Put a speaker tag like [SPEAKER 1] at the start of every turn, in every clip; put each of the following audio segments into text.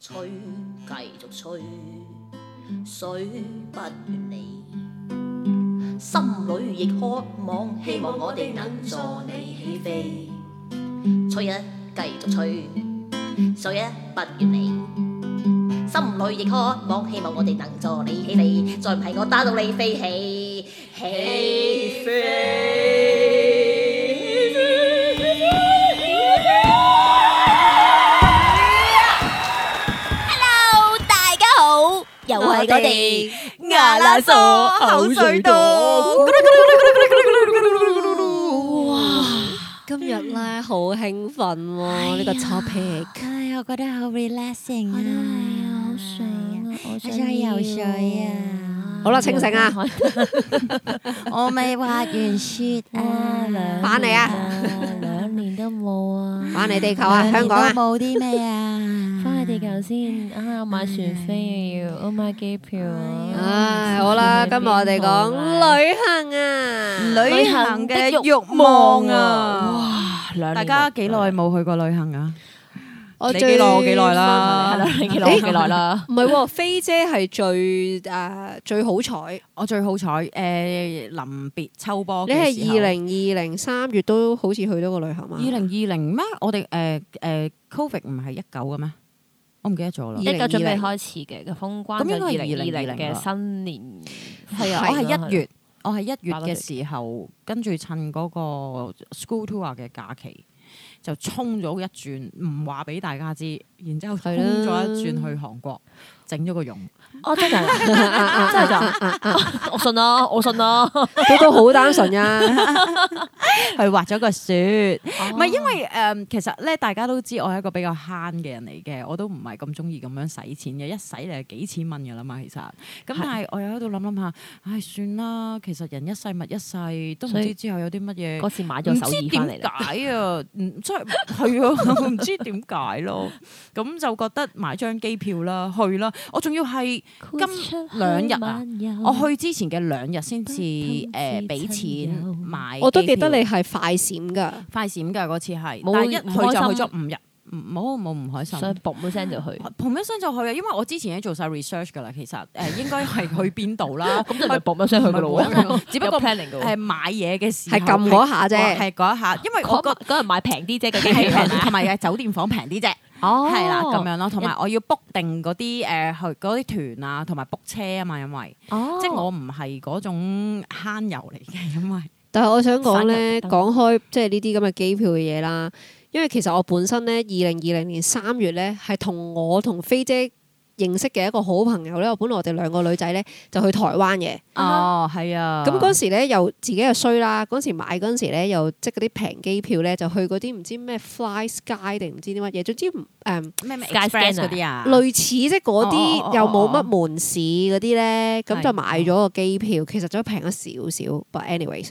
[SPEAKER 1] 吹，繼續吹，水不怨你，心裏亦渴望，希望我哋能助你起飛。吹啊，繼續吹，水啊不怨你，心裏亦渴望，希望我哋能助你起飛，再唔係我打到你飛起，起飛。
[SPEAKER 2] Hello，大家好，又係我哋
[SPEAKER 3] 牙罅疏口水多。今日咧好興奮喎，呢個 topic。
[SPEAKER 2] 唉，我覺得好 relaxing
[SPEAKER 4] 我都係啊
[SPEAKER 2] 啊，
[SPEAKER 4] 好想啊我
[SPEAKER 2] 我
[SPEAKER 4] 想
[SPEAKER 2] 想游水啊！
[SPEAKER 3] 好啦，清醒啊！
[SPEAKER 2] 我咪滑完雪啊，
[SPEAKER 3] 翻嚟啊！
[SPEAKER 4] 兩年都冇啊！
[SPEAKER 3] 翻嚟地球啊，香港
[SPEAKER 2] 兩
[SPEAKER 3] 啊
[SPEAKER 2] 年！都冇啲咩啊，
[SPEAKER 4] 翻去地球先啊！我買船飛又要，我買機票啊！
[SPEAKER 3] 唉，好啦，今日我哋講旅行啊，
[SPEAKER 5] 旅行嘅欲望啊！
[SPEAKER 4] 哇！兩
[SPEAKER 5] 大家幾耐冇去過旅行啊？
[SPEAKER 3] 我
[SPEAKER 5] 你
[SPEAKER 3] 最
[SPEAKER 5] 幾耐我幾耐啦
[SPEAKER 4] 係啦，你幾耐？
[SPEAKER 3] 咦
[SPEAKER 4] 我幾耐啦？
[SPEAKER 3] 唔係喎，飛姐係最誒最好彩，
[SPEAKER 5] 我最好彩誒，臨別秋波
[SPEAKER 3] 你
[SPEAKER 5] 嘅時
[SPEAKER 3] 係
[SPEAKER 5] 候。啊
[SPEAKER 3] 二零二零三月都好似去到個旅行嘛？
[SPEAKER 5] 二零二零咩？我哋誒誒，Covid 唔係一九嘅咩？我唔記得咗啦
[SPEAKER 3] 二。
[SPEAKER 4] 一個準備開始嘅個封關
[SPEAKER 5] 咁
[SPEAKER 4] 就
[SPEAKER 5] 應該
[SPEAKER 4] 二
[SPEAKER 5] 係
[SPEAKER 4] 零二零
[SPEAKER 5] 2020
[SPEAKER 4] 嘅
[SPEAKER 5] 啦
[SPEAKER 4] 新年
[SPEAKER 5] 係啊，
[SPEAKER 3] 係
[SPEAKER 5] 我係一月，我係一月
[SPEAKER 4] 八個月
[SPEAKER 5] 嘅時候，跟住趁嗰個 school tour 嘅假期，就衝咗一轉，唔話俾大家知，然之後衝
[SPEAKER 3] 係
[SPEAKER 5] 咗
[SPEAKER 3] 啦
[SPEAKER 5] 一轉去韓國，整咗個容。
[SPEAKER 4] 哦真係㗎真係㗎，我信啦，我信啦。
[SPEAKER 3] 佢 都好單純 啊，
[SPEAKER 5] 去滑咗個雪，唔
[SPEAKER 4] 唔
[SPEAKER 5] 係因為誒、嗯其實咧大家都知我係一個比較慳嘅人嚟嘅，我都唔係咁中意咁樣使錢嘅，一使你係幾千蚊嘅啦嘛，其實。咁但係我又喺度諗諗下，唉算啦，其實人一世物一世，都唔
[SPEAKER 4] 所
[SPEAKER 5] 知
[SPEAKER 4] 以
[SPEAKER 5] 之後有啲乜嘢。
[SPEAKER 4] 嗰次買
[SPEAKER 5] 唔
[SPEAKER 4] 咗手
[SPEAKER 5] 知
[SPEAKER 4] 耳翻嚟
[SPEAKER 5] 點
[SPEAKER 4] 啦，
[SPEAKER 5] 解啊？唔即係係啊， 唔知點解咯。咁就覺得買張機票啦，去啦。我仲要係今兩日啊，我去之前嘅兩日先至
[SPEAKER 4] 不通
[SPEAKER 5] 誒
[SPEAKER 4] 知
[SPEAKER 5] 俾
[SPEAKER 4] 親友
[SPEAKER 5] 錢買。
[SPEAKER 3] 我都記得你係快閃㗎。
[SPEAKER 5] 快閃㗎嗰次係，
[SPEAKER 4] 冇
[SPEAKER 5] 但係一
[SPEAKER 4] 唔
[SPEAKER 5] 去
[SPEAKER 4] 開
[SPEAKER 5] 就
[SPEAKER 4] 心
[SPEAKER 5] 去咗五日，唔冇冇唔開心。
[SPEAKER 4] 所以嘣一聲就去。
[SPEAKER 5] 砰一聲就去啊！因為我之前已經做晒 research 㗎啦，其實誒、應該係去邊度啦，
[SPEAKER 4] 咁就咪嘣一聲去噶咯喎，
[SPEAKER 5] 只不過
[SPEAKER 4] planning
[SPEAKER 5] 誒、買嘢嘅時候哦
[SPEAKER 3] 係撳嗰下啫
[SPEAKER 5] 係嗰一下，因為
[SPEAKER 4] 嗰
[SPEAKER 5] 我覺
[SPEAKER 4] 日嗰日買平啲啫，嘅機
[SPEAKER 5] 係
[SPEAKER 4] 票係
[SPEAKER 5] 平同
[SPEAKER 4] 咪？啊
[SPEAKER 5] 埋係酒店房平啲啫，
[SPEAKER 4] 哦
[SPEAKER 5] 係啦咁樣咯，同埋我要 book 定嗰啲誒去嗰啲團啊，同埋 book 車啊嘛，因為、
[SPEAKER 4] 哦
[SPEAKER 5] 即係我唔係嗰種慳油嚟嘅，因為
[SPEAKER 3] 但係我想講咧，
[SPEAKER 4] 省油燈
[SPEAKER 3] 講開即係呢啲咁嘅機票嘅嘢啦，因為其實我本身咧，二零二零年三月咧係同我同菲姐認識嘅一個好朋友咧，我本來我哋兩個女仔咧就去台灣嘅，
[SPEAKER 5] 哦係啊
[SPEAKER 3] 咁嗰時咧又自己又衰啦，嗰時買嗰陣時咧又即係嗰啲平機票咧就去嗰啲唔知咩 Fly Sky 定唔知啲乜嘢，總之唔誒、
[SPEAKER 5] 咩咩
[SPEAKER 4] Sky
[SPEAKER 5] Express
[SPEAKER 4] Scanner
[SPEAKER 5] 嗰啲啊，
[SPEAKER 3] 類似即係嗰
[SPEAKER 5] 哦哦哦
[SPEAKER 3] 啲又冇乜門市嗰啲咧，咁
[SPEAKER 5] 係哦
[SPEAKER 3] 就買咗個機票，其實都平咗少少。But anyways，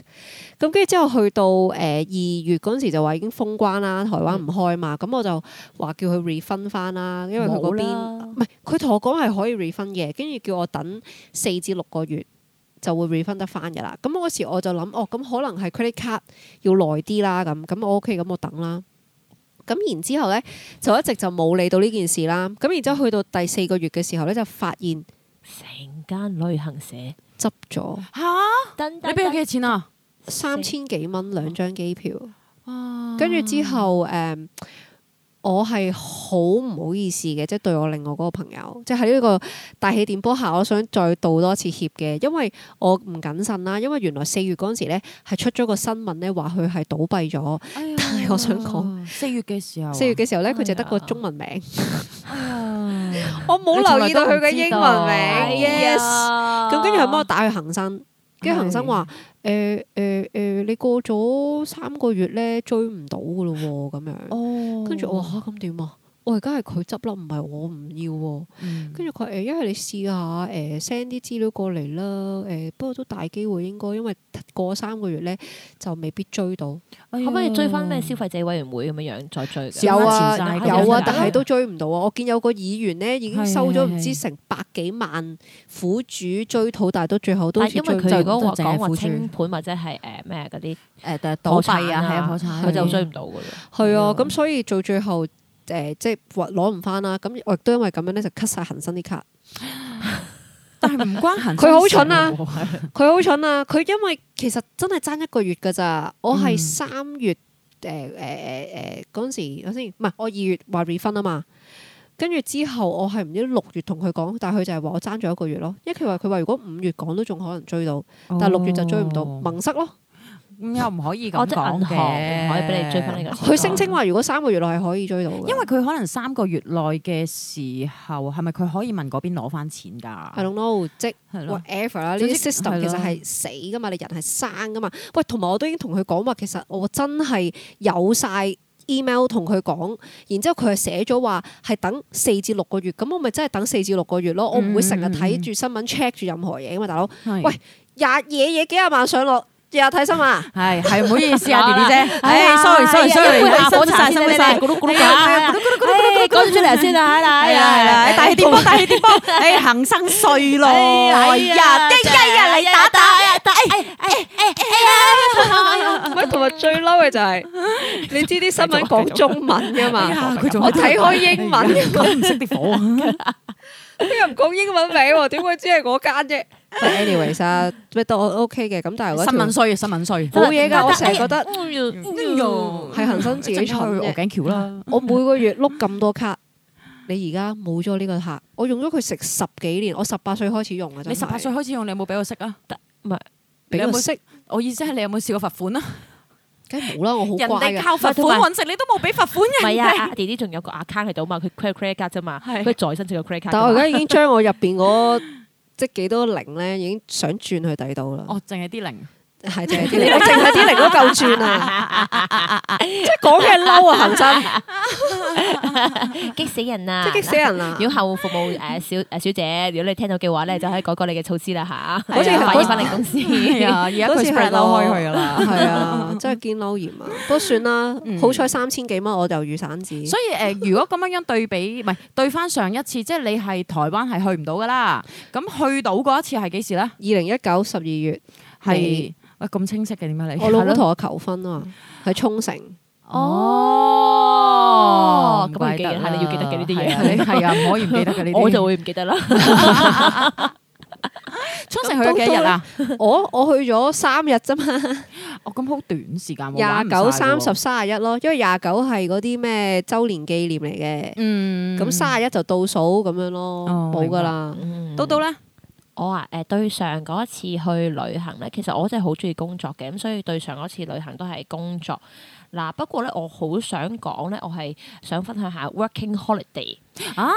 [SPEAKER 3] 咁跟住之後去到誒二月嗰陣時就話已經封關啦，台
[SPEAKER 5] 嗯
[SPEAKER 3] 灣唔開嘛，咁我就話叫佢 refund 翻啦，因為佢嗰邊唔係佢同我講係可以 refund 嘅，跟住叫我等四至六個月。就會 refund 得翻㗎啦。咁嗰時我就諗，哦，咁可能係 credit card 要耐啲啦。咁咁我 OK，咁我等啦。咁然之後咧，就一直就冇理到呢件事啦。咁然之後去到第四個月嘅時候咧，就發現
[SPEAKER 4] 成間旅行社，
[SPEAKER 3] 執咗
[SPEAKER 5] 嚇你俾咗幾多錢啊？
[SPEAKER 3] 三千幾蚊兩張機票。
[SPEAKER 5] 哇
[SPEAKER 3] 跟住之後誒、嗯我係好唔好意思嘅，即係對我另外嗰個朋友，即係喺呢個大氣電波下，我想再道多次歉嘅，因為我唔謹慎啦。因為原來四月嗰陣時咧係出咗個新聞咧，話佢係倒閉咗。
[SPEAKER 4] 哎
[SPEAKER 5] 但
[SPEAKER 3] 係我想講
[SPEAKER 5] 四月嘅時候啊，
[SPEAKER 3] 四月嘅時候咧，佢就得個中文名，啊
[SPEAKER 4] 哎
[SPEAKER 3] 我冇
[SPEAKER 5] 你從來
[SPEAKER 3] 留意到佢嘅
[SPEAKER 5] 都唔知
[SPEAKER 3] 英
[SPEAKER 5] 道
[SPEAKER 4] 啊
[SPEAKER 3] 文
[SPEAKER 5] 哎
[SPEAKER 3] 名。Yes。咁
[SPEAKER 4] 咁
[SPEAKER 3] 跟住佢幫我打去恒生，跟住恒生話：誒誒誒，你過咗三個月咧追唔到噶咯喎，咁樣。
[SPEAKER 5] 哦
[SPEAKER 3] 跟住我話嚇咁點啊？我而家係佢執笠，唔係我唔要喎。
[SPEAKER 4] 嗯
[SPEAKER 3] 跟住佢話誒，一係你試下誒 send 啲資料過嚟啦。誒不過都大機會應該，因為過三個月咧就未必追到。
[SPEAKER 4] 可唔可以追翻咩消費者委員會咁樣樣再追㗎？
[SPEAKER 5] 小
[SPEAKER 3] 嗯哎有啊
[SPEAKER 5] 錢
[SPEAKER 4] 晒
[SPEAKER 3] 有啊
[SPEAKER 4] 咁樣，
[SPEAKER 3] 但係都追唔到啊！我見有個議員咧已經
[SPEAKER 5] 係
[SPEAKER 3] 收咗
[SPEAKER 5] 係
[SPEAKER 3] 唔知成百幾萬苦主追討，但係都最後都
[SPEAKER 4] 但
[SPEAKER 3] 好
[SPEAKER 4] 係
[SPEAKER 3] 似
[SPEAKER 4] 因為
[SPEAKER 3] 追唔到
[SPEAKER 4] 佢如果話
[SPEAKER 5] 就淨係
[SPEAKER 4] 講話
[SPEAKER 5] 付諸
[SPEAKER 4] 清盤或者係誒咩啊嗰啲
[SPEAKER 5] 誒，但係
[SPEAKER 4] 破
[SPEAKER 5] 倒閉啊，係啊，破產
[SPEAKER 4] 佢就追唔到㗎啦。
[SPEAKER 3] 係啊，
[SPEAKER 4] 係啊
[SPEAKER 3] 咁所以做最後誒即係話攞唔翻啦。咁我亦都因為咁樣咧就 cut 晒恒生啲 卡。
[SPEAKER 5] 但係唔關行
[SPEAKER 3] 佢好蠢啊！佢好蠢啊！佢因為其實真係爭一個月㗎咋，我係
[SPEAKER 5] 嗯
[SPEAKER 3] 三月誒誒誒誒嗰陣時，我先唔係我二月話 refund 啊嘛，跟住之後我係唔知六月同佢講，但係佢就係話我爭咗一個月咯，因為佢話佢話如果五月講都仲可能追到，但係六月就追唔到，
[SPEAKER 5] 咁
[SPEAKER 3] 萌塞咯。
[SPEAKER 5] 又唔可以
[SPEAKER 4] 我
[SPEAKER 5] 咁
[SPEAKER 4] 即係
[SPEAKER 5] 講
[SPEAKER 4] 銀行唔
[SPEAKER 5] 嘅，
[SPEAKER 4] 可以俾你追翻你嘅。
[SPEAKER 3] 佢聲稱話如果三個月內係可以追到嘅，
[SPEAKER 5] 因為佢可能三個月內嘅時候，係咪佢可以問嗰邊攞翻錢㗎？
[SPEAKER 3] I don't know，即
[SPEAKER 5] 係咯，
[SPEAKER 3] whatever 啦，呢
[SPEAKER 5] 總
[SPEAKER 3] 啲
[SPEAKER 5] 之
[SPEAKER 3] system
[SPEAKER 5] 係
[SPEAKER 3] 其
[SPEAKER 5] 咯
[SPEAKER 3] 實係死噶嘛，你人係生噶嘛。喂，同埋我都已經同佢講話，其實我真係有晒 email 同佢講，然之後佢係寫咗話係等四至六個月，咁我咪真係等四至六個月咯。我
[SPEAKER 5] 嗯
[SPEAKER 3] 唔會成日睇住新聞 check 住任何嘢噶嘛，大佬
[SPEAKER 5] 係
[SPEAKER 3] 喂日夜夜幾廿萬上落，日日睇新聞 啊。
[SPEAKER 5] 係係唔好意思啊，
[SPEAKER 4] 好
[SPEAKER 5] 弟
[SPEAKER 4] 啦
[SPEAKER 5] 弟姐，唉，sorry
[SPEAKER 4] 哎
[SPEAKER 5] sorry
[SPEAKER 4] 呀
[SPEAKER 5] sorry，
[SPEAKER 4] 一杯下火
[SPEAKER 5] 辛苦
[SPEAKER 4] 茶
[SPEAKER 5] 晒
[SPEAKER 4] 先
[SPEAKER 5] 辛苦
[SPEAKER 4] 你
[SPEAKER 5] 晒，
[SPEAKER 4] 哋咕嚕咕嚕
[SPEAKER 5] 係啊
[SPEAKER 4] 咕哎講出嚟先啊，係啦，
[SPEAKER 5] 係啊係啦，哎大氣啲波，大氣啲波，唉，恒生碎咯，哎呀，叮雞啊，你打打。
[SPEAKER 4] 打，哎哎哎哎呀！
[SPEAKER 3] 喂，同埋最嬲嘅就係你知啲新 聞講中文噶
[SPEAKER 5] 哎呀
[SPEAKER 3] 嘛，
[SPEAKER 5] 佢仲
[SPEAKER 3] 我睇開英文。
[SPEAKER 5] 佢唔識啲火。
[SPEAKER 3] 你又唔講英文名喎？點會知係嗰間啫？anyways 啊，咩都 OK 嘅。咁但係嗰
[SPEAKER 5] 新
[SPEAKER 3] 條
[SPEAKER 5] 聞衰啊，新聞衰。
[SPEAKER 3] 冇嘢㗎，我成日覺得
[SPEAKER 5] 係
[SPEAKER 3] 係恒生自己
[SPEAKER 5] 去
[SPEAKER 3] 蠢
[SPEAKER 5] 鵝
[SPEAKER 3] 嘅。
[SPEAKER 5] 頸橋啦。
[SPEAKER 3] 我每個月碌咁多卡，你而家冇咗呢個客，我用咗佢成十幾年，我十八歲開始用啊。真
[SPEAKER 5] 你
[SPEAKER 3] 係
[SPEAKER 5] 十八歲開始用，你有冇俾我識啊？
[SPEAKER 3] 俾
[SPEAKER 5] 你有
[SPEAKER 3] 佢
[SPEAKER 5] 冇
[SPEAKER 3] 識，
[SPEAKER 5] 我意思係你有冇試過罰款啊？
[SPEAKER 3] 梗係冇啦，我好
[SPEAKER 5] 人
[SPEAKER 3] 乖嘅。
[SPEAKER 5] 哋 靠罰
[SPEAKER 4] à?
[SPEAKER 5] 款揾食，你都冇俾罰款
[SPEAKER 4] 唔
[SPEAKER 5] 人
[SPEAKER 4] 係
[SPEAKER 5] 哋。
[SPEAKER 4] 啊，弟弟仲有個 account 喺度嘛，佢 credit credit 卡啫嘛，
[SPEAKER 5] 係
[SPEAKER 4] 佢再申請個 credit 卡。
[SPEAKER 3] 但我而家已經將我入邊嗰即係幾多零咧，已經想轉去第度啦。
[SPEAKER 5] 哦，淨係啲 零。
[SPEAKER 3] 係淨係啲零，我淨係啲零都夠轉啊！即係講嘅嬲啊，恒生，
[SPEAKER 4] 激死人啊！
[SPEAKER 3] 即係激死！ 人啦！
[SPEAKER 4] 如果客戶服務誒小誒小姐，如果你聽到嘅話咧，就可以改改你嘅措施啦嚇。
[SPEAKER 3] 好似
[SPEAKER 4] 快啲
[SPEAKER 3] 嗰
[SPEAKER 4] 翻嚟公司。
[SPEAKER 5] 係啊，而家
[SPEAKER 3] 嗰
[SPEAKER 5] 佢
[SPEAKER 3] 次
[SPEAKER 5] Dạ, spread
[SPEAKER 3] 係
[SPEAKER 5] 嬲開佢㗎 啦。
[SPEAKER 3] 係啊，真係堅嬲嚴啊！不過算啦，
[SPEAKER 5] 嗯
[SPEAKER 3] 好彩三千幾蚊我就雨傘紙。
[SPEAKER 5] 所以誒、呃如果咁樣樣對比，唔係對翻上一次，即係你係台灣係去唔到㗎啦。咁去到嗰一次係幾時咧？
[SPEAKER 3] 二零一九十二月，
[SPEAKER 5] 係
[SPEAKER 3] 你
[SPEAKER 5] 喂咁清晰嘅點解你？
[SPEAKER 3] 我老公
[SPEAKER 5] 係咯
[SPEAKER 3] 同我求婚啊，喺沖繩。
[SPEAKER 5] 哦
[SPEAKER 4] 咁我記得係你要記得嘅呢啲嘢
[SPEAKER 5] 係啊係啊，唔可以唔記得嘅呢啲。
[SPEAKER 4] 我就會唔記得啦。
[SPEAKER 5] 沖繩去咗幾多日啊？
[SPEAKER 3] 我我去咗三日啫嘛，
[SPEAKER 5] 哦，咁好短時間喎，玩
[SPEAKER 3] 廿
[SPEAKER 5] 唔晒喎
[SPEAKER 3] 九、三十、，三十一咯，因為廿九係嗰啲咩周年紀念嚟
[SPEAKER 5] 嗯，
[SPEAKER 3] 嘅，咁三十一就倒數咁樣咯
[SPEAKER 5] 哦，
[SPEAKER 3] 冇噶啦。
[SPEAKER 4] 嗯
[SPEAKER 5] 到到咧，
[SPEAKER 4] 我啊誒對上嗰一次去旅行咧，其實我真係好中意工作嘅，咁所以對上嗰次旅行都係工作。嗱，不過咧，我好想講咧，我係想分享下 working holiday。
[SPEAKER 5] 啊，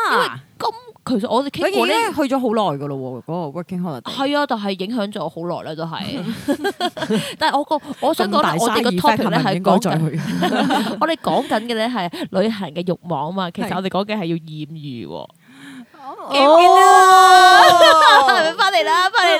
[SPEAKER 4] 其實我哋
[SPEAKER 5] 佢
[SPEAKER 4] 傾過
[SPEAKER 5] 已
[SPEAKER 4] 咧，
[SPEAKER 5] 經去咗好耐噶咯喎，嗰個 working holiday。
[SPEAKER 4] 係啊，但係影響咗我好耐啦，都係。 但係我 個我想講
[SPEAKER 5] 咁大
[SPEAKER 4] 咧，我哋個
[SPEAKER 5] 生意 fact，
[SPEAKER 4] topic 咧
[SPEAKER 5] 係咪唔
[SPEAKER 4] 係
[SPEAKER 5] 應該
[SPEAKER 4] 講
[SPEAKER 5] 再
[SPEAKER 4] 緊，
[SPEAKER 5] 去？
[SPEAKER 4] 我哋講緊嘅咧係旅行嘅慾望啊嘛。其實
[SPEAKER 5] 係
[SPEAKER 4] 我哋講嘅係要豔遇 喎。
[SPEAKER 5] 哦，
[SPEAKER 4] 翻嚟啦，翻嚟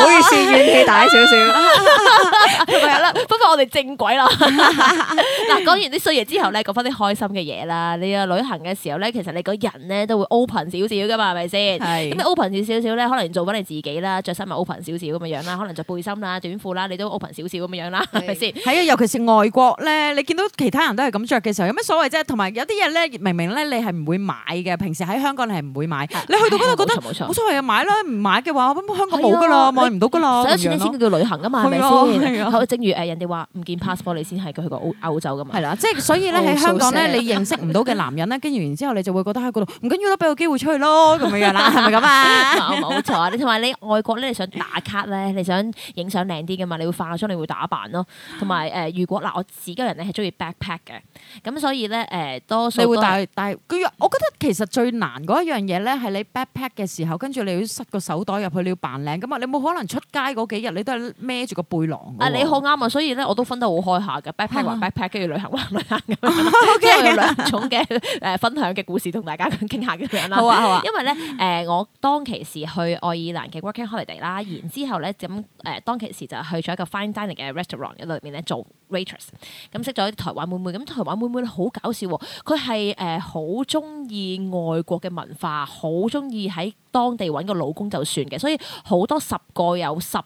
[SPEAKER 3] 唔好意思，怨氣大少少。
[SPEAKER 4] 係啦，不過我哋正軌啦。 嗱，講完啲衰嘢之後咧，講翻啲開心嘅嘢啦。你啊旅行嘅時候咧，其實你個人咧都會 open 少少噶 嘛，係咪先？咁啊你
[SPEAKER 5] 係
[SPEAKER 4] open 少少少咧，可能做翻你自己啦，着衫咪 open 少少咁樣樣啦，可能着背心啦、短褲啦，你都 open 少少咁樣樣啦，係咪先？
[SPEAKER 5] 係啊，尤其是外國咧，你見到其他人都係咁着嘅時候，有咩所謂啫？同埋有啲嘢咧，明明咧你係唔會買嘅，平時喺香港你係唔會買，
[SPEAKER 4] 啊
[SPEAKER 5] 你去到嗰度覺得
[SPEAKER 4] 冇錯冇
[SPEAKER 5] 冇
[SPEAKER 4] 錯，
[SPEAKER 5] 所謂啊，買啦，唔買嘅話咁香港冇噶
[SPEAKER 4] 係啊
[SPEAKER 5] 啦，買唔到噶啦，
[SPEAKER 4] 使咗錢
[SPEAKER 5] 咁樣
[SPEAKER 4] 你
[SPEAKER 5] 咯
[SPEAKER 4] 先叫做旅行噶嘛，係咪
[SPEAKER 5] 係
[SPEAKER 4] 先？
[SPEAKER 5] 啊係啊
[SPEAKER 4] 好，正如誒人哋話唔見 passport 你先係去過歐歐洲噶嘛
[SPEAKER 5] 係。啦，即係所以咧喺
[SPEAKER 3] Oh, so
[SPEAKER 5] 香港咧，
[SPEAKER 3] sad
[SPEAKER 5] 你認識唔到嘅男人咧，跟住然之後你就會覺得喺嗰度唔緊要啦，俾個機會出去咯，咁樣樣啦，係咪咁啊？
[SPEAKER 4] 冇 冇錯，你同埋你外國咧，你想打卡咧，你想影相靚啲噶嘛，你會化妝，你會打扮咯，同埋誒，如果嗱我自己個人咧係中意 backpack 嘅，咁所以咧誒多數
[SPEAKER 5] 你會
[SPEAKER 4] 都係啊
[SPEAKER 5] 帶帶佢，我覺得其實最難嗰一樣嘢咧，係你 backpack 嘅時候，跟住你要塞個手袋入去，你要扮靚噶啊嘛，你冇可能出街嗰幾日你都係孭住個背囊㗎喎。
[SPEAKER 4] 啊你 好啱啊，所以咧我都分得好開下嘅 backpack 還 backpack，跟住旅行還旅行咁 樣啦，即係我
[SPEAKER 5] 啊
[SPEAKER 4] 有兩種嘅誒分享嘅故事同大家 傾下咁樣啦
[SPEAKER 5] 好。啊好 啊，
[SPEAKER 4] 因為咧，誒、我當其時去愛爾蘭嘅 working holiday 啦，然之後咧，咁誒、當其時就去咗一個 fine dining 嘅 restaurant 裏面咧做 waitress，咁識咗啲台灣妹妹，咁台灣妹妹咧好搞笑喎，佢係誒好中意外國嘅文化，好中意喺當地揾個老公就算嘅，所以好多十個有十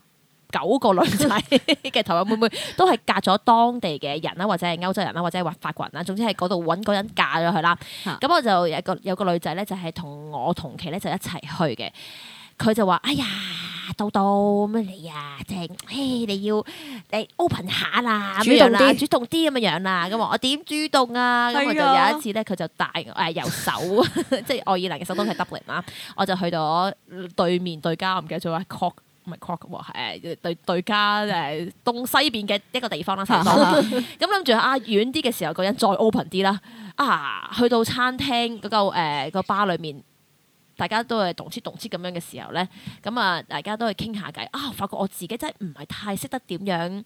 [SPEAKER 4] 九個女 仔嘅台灣妹妹，都係嫁咗當地嘅人啊啦，或者係歐洲人啦，或者係或法國人啦，啊總之係嗰度揾嗰人嫁咗佢啦。
[SPEAKER 5] 嚇
[SPEAKER 4] 咁我就有個有個女仔咧，就係同我同期咧就一齊去嘅，佢就話：哎呀！到到咁你啊，即係，嘿，你要你 open 下啦，咁樣
[SPEAKER 3] 主動
[SPEAKER 4] 啦，
[SPEAKER 3] 啲
[SPEAKER 4] 主動啲咁樣樣啦，咁我我點主動啊？咁我就
[SPEAKER 5] 係啊
[SPEAKER 4] 有一次咧，佢就帶我誒由首， 即係愛爾蘭嘅首都係 Dublin 啦，我就去到對面對家，我唔記得咗話 Cork 唔係 Cork 喎，誒對對家誒東西邊嘅一個地方啦，首都。咁諗住啊遠啲嘅時候，個人再 open 啲啦。啊，去到餐廳嗰嚿誒個巴裏面。大家都係動切動切咁樣嘅時候咧，咁啊，大家都係傾下偈啊，發覺我自己真係唔係太識得點樣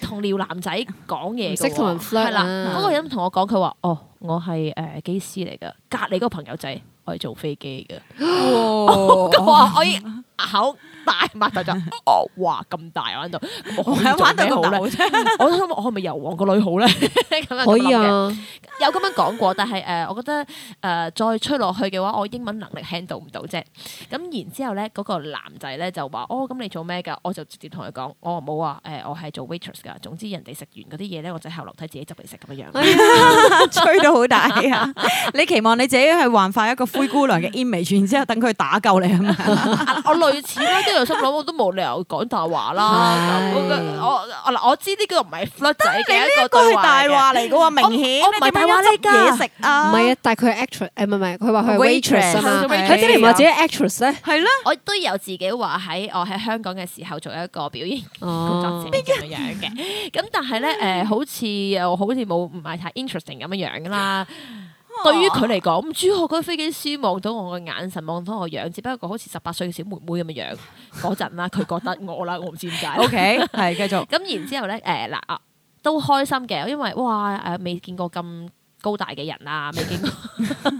[SPEAKER 4] 同撩男仔講
[SPEAKER 3] 唔
[SPEAKER 4] 嘢嘅喎，
[SPEAKER 3] 識同人 flirt
[SPEAKER 4] 係啦
[SPEAKER 3] 啊，
[SPEAKER 4] 嗰個人同我講，佢話：哦，我係誒機師嚟嘅，隔離嗰個朋友仔我係做飛機嘅。
[SPEAKER 3] 哦
[SPEAKER 4] 咁我話我已口大擘大就，哦，哇咁大我喺度，我可以
[SPEAKER 5] 喺
[SPEAKER 4] 做
[SPEAKER 5] 玩到
[SPEAKER 4] 咩好
[SPEAKER 5] 咁
[SPEAKER 4] 咧？
[SPEAKER 5] 大啫，
[SPEAKER 4] 我都諗我係咪遊王個女好咧？ 咁樣
[SPEAKER 3] 可
[SPEAKER 4] 咁
[SPEAKER 3] 以
[SPEAKER 4] 諗嘅，
[SPEAKER 3] 啊，
[SPEAKER 4] 有咁樣講過，但係誒、呃我覺得誒、呃再吹落去嘅話，我英文能力 handle 唔到啫。咁然之後咧，嗰、個男仔咧就話：哦，咁你做咩㗎？我就直接同佢講：我冇啊，誒、我係做 waitress 㗎。總之人哋食完嗰啲嘢咧，我就喺後樓梯自己執嚟食咁樣樣。
[SPEAKER 5] 吹到好大啊！你期望你自己係幻化一個灰姑娘嘅 image，然之後等佢打救你啊嘛？
[SPEAKER 4] 我類似啦，跟住我心諗我都冇理由講大話啦。
[SPEAKER 3] 係
[SPEAKER 4] 咁我我我嗱我知呢個唔係 flirt 仔嘅一個
[SPEAKER 5] 都
[SPEAKER 4] 對
[SPEAKER 5] 係
[SPEAKER 4] 話
[SPEAKER 5] 大
[SPEAKER 4] 嚟
[SPEAKER 5] 話
[SPEAKER 4] 嘅。
[SPEAKER 5] 嚟嘅喎，明顯
[SPEAKER 4] 我我唔係
[SPEAKER 5] 你點
[SPEAKER 4] 大話
[SPEAKER 5] 樣
[SPEAKER 4] 嚟
[SPEAKER 5] 執
[SPEAKER 4] 㗎
[SPEAKER 5] 嘢食啊？
[SPEAKER 3] 唔係啊，但係佢係 actress 誒唔係唔係，佢話佢係
[SPEAKER 5] Waitress，
[SPEAKER 3] waitress 啊嘛，
[SPEAKER 4] 係
[SPEAKER 3] 佢之前話自己 actress 咧，
[SPEAKER 5] 係 啦，
[SPEAKER 4] 我都有自己話喺我喺香港嘅時候做一個表演工作者
[SPEAKER 3] 哦，嗯
[SPEAKER 4] 咁樣樣嘅，咁但係咧誒，好似又好似冇唔係太 interesting 咁樣樣
[SPEAKER 3] 哦
[SPEAKER 4] 啦。對於佢嚟講，唔知我嗰個飛機師望到我個眼神，望到我樣，只不過好似十八歲嘅小妹妹咁樣樣嗰陣 啦，佢覺得我啦，我唔知點解。
[SPEAKER 5] OK，係繼續。
[SPEAKER 4] 咁然之後咧，誒嗱啊，都開心嘅，因為哇誒未見過咁高大嘅人啦，未 見過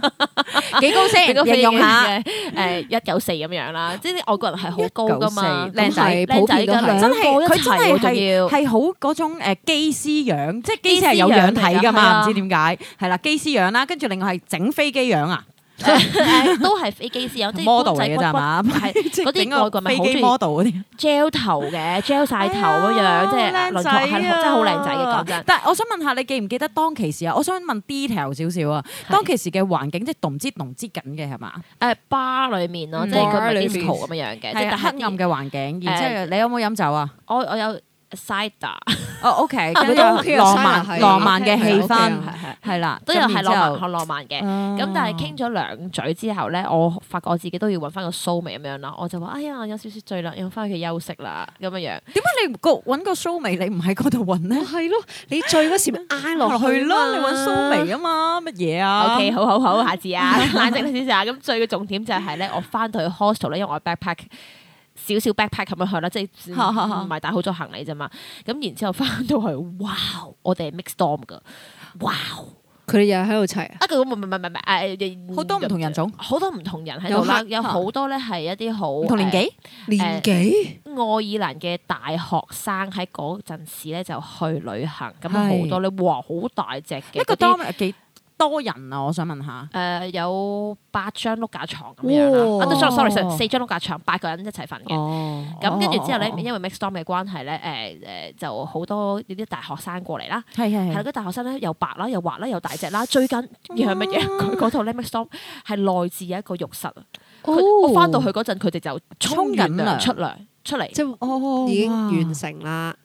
[SPEAKER 5] 幾高
[SPEAKER 4] 未見
[SPEAKER 5] 先？
[SPEAKER 4] 過
[SPEAKER 5] 形容下，
[SPEAKER 4] 飛機嘅誒一九四咁樣啦，即係啲外國人係好高噶嘛，
[SPEAKER 5] 194靚
[SPEAKER 3] 咁
[SPEAKER 5] 仔
[SPEAKER 3] 係普遍都
[SPEAKER 4] 靚仔㗎
[SPEAKER 3] 係
[SPEAKER 5] 真
[SPEAKER 4] 兩個
[SPEAKER 5] 係
[SPEAKER 4] 一
[SPEAKER 5] 佢真
[SPEAKER 4] 齊
[SPEAKER 5] 係
[SPEAKER 4] 喎仲要
[SPEAKER 5] 係係好嗰種誒機師樣，即係機師係有
[SPEAKER 4] 機師樣
[SPEAKER 5] 樣
[SPEAKER 4] 嚟㗎
[SPEAKER 5] 睇㗎
[SPEAKER 4] 係
[SPEAKER 5] 嘛，
[SPEAKER 4] 啊
[SPEAKER 5] 唔知點解係啦，機師樣啦，跟住另外係整飛機樣啊
[SPEAKER 4] 誒都係飛機師啊 有即係
[SPEAKER 5] ，model 嚟嘅咋係
[SPEAKER 4] 嘛，
[SPEAKER 5] 嘛，
[SPEAKER 4] 係
[SPEAKER 5] 即係
[SPEAKER 4] 嗰啲
[SPEAKER 5] 整個
[SPEAKER 4] 外國咪好
[SPEAKER 5] 飛機
[SPEAKER 4] 鍾意
[SPEAKER 5] model 嗰啲。
[SPEAKER 4] gel 頭嘅，gel 晒頭咁樣，即係輪
[SPEAKER 5] 啊
[SPEAKER 4] 廓係真係好靚仔嘅講真。
[SPEAKER 5] 但係我想問下你記唔記得當其時啊？我想問 detail 少少啊。當其時嘅環境即係動之動之緊嘅係嘛？
[SPEAKER 4] 誒巴裡面咯，
[SPEAKER 5] 嗯
[SPEAKER 4] 即係佢唔
[SPEAKER 3] bar
[SPEAKER 4] 係
[SPEAKER 3] 裏面
[SPEAKER 4] disco 咁樣樣嘅，即
[SPEAKER 5] 係
[SPEAKER 4] 係
[SPEAKER 5] 啊
[SPEAKER 4] 但
[SPEAKER 5] 黑
[SPEAKER 4] 係啲
[SPEAKER 5] 暗嘅環境，然之後你有冇飲酒啊？
[SPEAKER 4] 我我有 cider。
[SPEAKER 5] 哦
[SPEAKER 3] 啊
[SPEAKER 5] ，OK，跟
[SPEAKER 3] 佢
[SPEAKER 5] 住
[SPEAKER 3] 都 à? Ờ, OK 啊
[SPEAKER 5] 浪
[SPEAKER 3] 西
[SPEAKER 5] 漫
[SPEAKER 3] 人係
[SPEAKER 5] 浪漫嘅
[SPEAKER 3] 係 OK
[SPEAKER 5] 氣
[SPEAKER 3] 啊
[SPEAKER 5] 氛
[SPEAKER 3] 係係
[SPEAKER 5] 係啦，
[SPEAKER 4] 都有係浪漫，
[SPEAKER 5] 咁
[SPEAKER 4] 學浪漫嘅。
[SPEAKER 3] Ờ.
[SPEAKER 5] 然之後
[SPEAKER 4] 咁但係傾咗兩嘴之後咧，我發覺我自己都要揾翻個蘇味咁樣啦，我就話：哎呀，有少少醉啦，要翻去休息啦，咁樣樣。
[SPEAKER 5] 點解你個揾個蘇眉你唔喺嗰度揾 咧
[SPEAKER 3] 哦？係咯，你醉嗰時咪挨落
[SPEAKER 5] 去
[SPEAKER 3] 去
[SPEAKER 5] 咯，
[SPEAKER 3] 咯，
[SPEAKER 5] 你揾蘇眉啊嘛，乜嘢
[SPEAKER 3] à.
[SPEAKER 5] 啊
[SPEAKER 4] OK，好好好，下次啊， 冷靜啲先啊。咁最嘅重點就係咧，我翻到去 hostel 咧，因為我 backpack 少少 backpack 咁樣去啦，即 係唔係帶好咗行李啫嘛。咁然之後翻到去，哇！我哋係 mix dorm 噶，哇！
[SPEAKER 3] 佢哋又喺度齊啊，
[SPEAKER 4] 啊，佢唔係唔係唔係唔係誒，
[SPEAKER 5] 好多唔同人種，
[SPEAKER 4] 好多唔同人喺度啦，有
[SPEAKER 5] 有客啊
[SPEAKER 4] 好多咧係一啲好
[SPEAKER 5] 唔同年
[SPEAKER 4] 誒
[SPEAKER 5] 紀，
[SPEAKER 3] 年紀
[SPEAKER 4] 愛爾蘭嘅大學生喺嗰陣時咧就去旅行，咁
[SPEAKER 5] 係
[SPEAKER 4] 好多咧，哇，好大隻嘅
[SPEAKER 5] 一個
[SPEAKER 4] 嗰啲
[SPEAKER 5] dorm 幾多
[SPEAKER 3] à,
[SPEAKER 5] 人啊？我想問下。
[SPEAKER 4] 誒呃有八張碌架床咁樣啦，
[SPEAKER 3] 哇
[SPEAKER 4] 啊對，sorry sorry，sorry，四張碌架床，八個人一齊瞓嘅。
[SPEAKER 3] 哦，
[SPEAKER 4] 咁跟住之後咧
[SPEAKER 3] Ờ.
[SPEAKER 5] 哦，
[SPEAKER 4] 因為 mix dorm 嘅關係咧，誒誒就好多呢啲大學生過嚟啦，
[SPEAKER 5] 係係
[SPEAKER 4] 係啦，
[SPEAKER 5] 係，
[SPEAKER 4] 啲大學生咧又白啦，又滑啦，又大隻啦，最緊要係乜嘢？佢
[SPEAKER 5] 嗯
[SPEAKER 4] 嗰套咧 mix dorm 係內置一個浴室啊，佢我翻到去嗰陣，佢哋就沖
[SPEAKER 5] 哦沖
[SPEAKER 4] 完
[SPEAKER 5] 緊
[SPEAKER 4] 涼
[SPEAKER 5] 涼
[SPEAKER 4] 出糧出嚟。
[SPEAKER 3] 即係
[SPEAKER 5] 哦
[SPEAKER 3] 已經
[SPEAKER 5] 哇
[SPEAKER 3] 完成啦。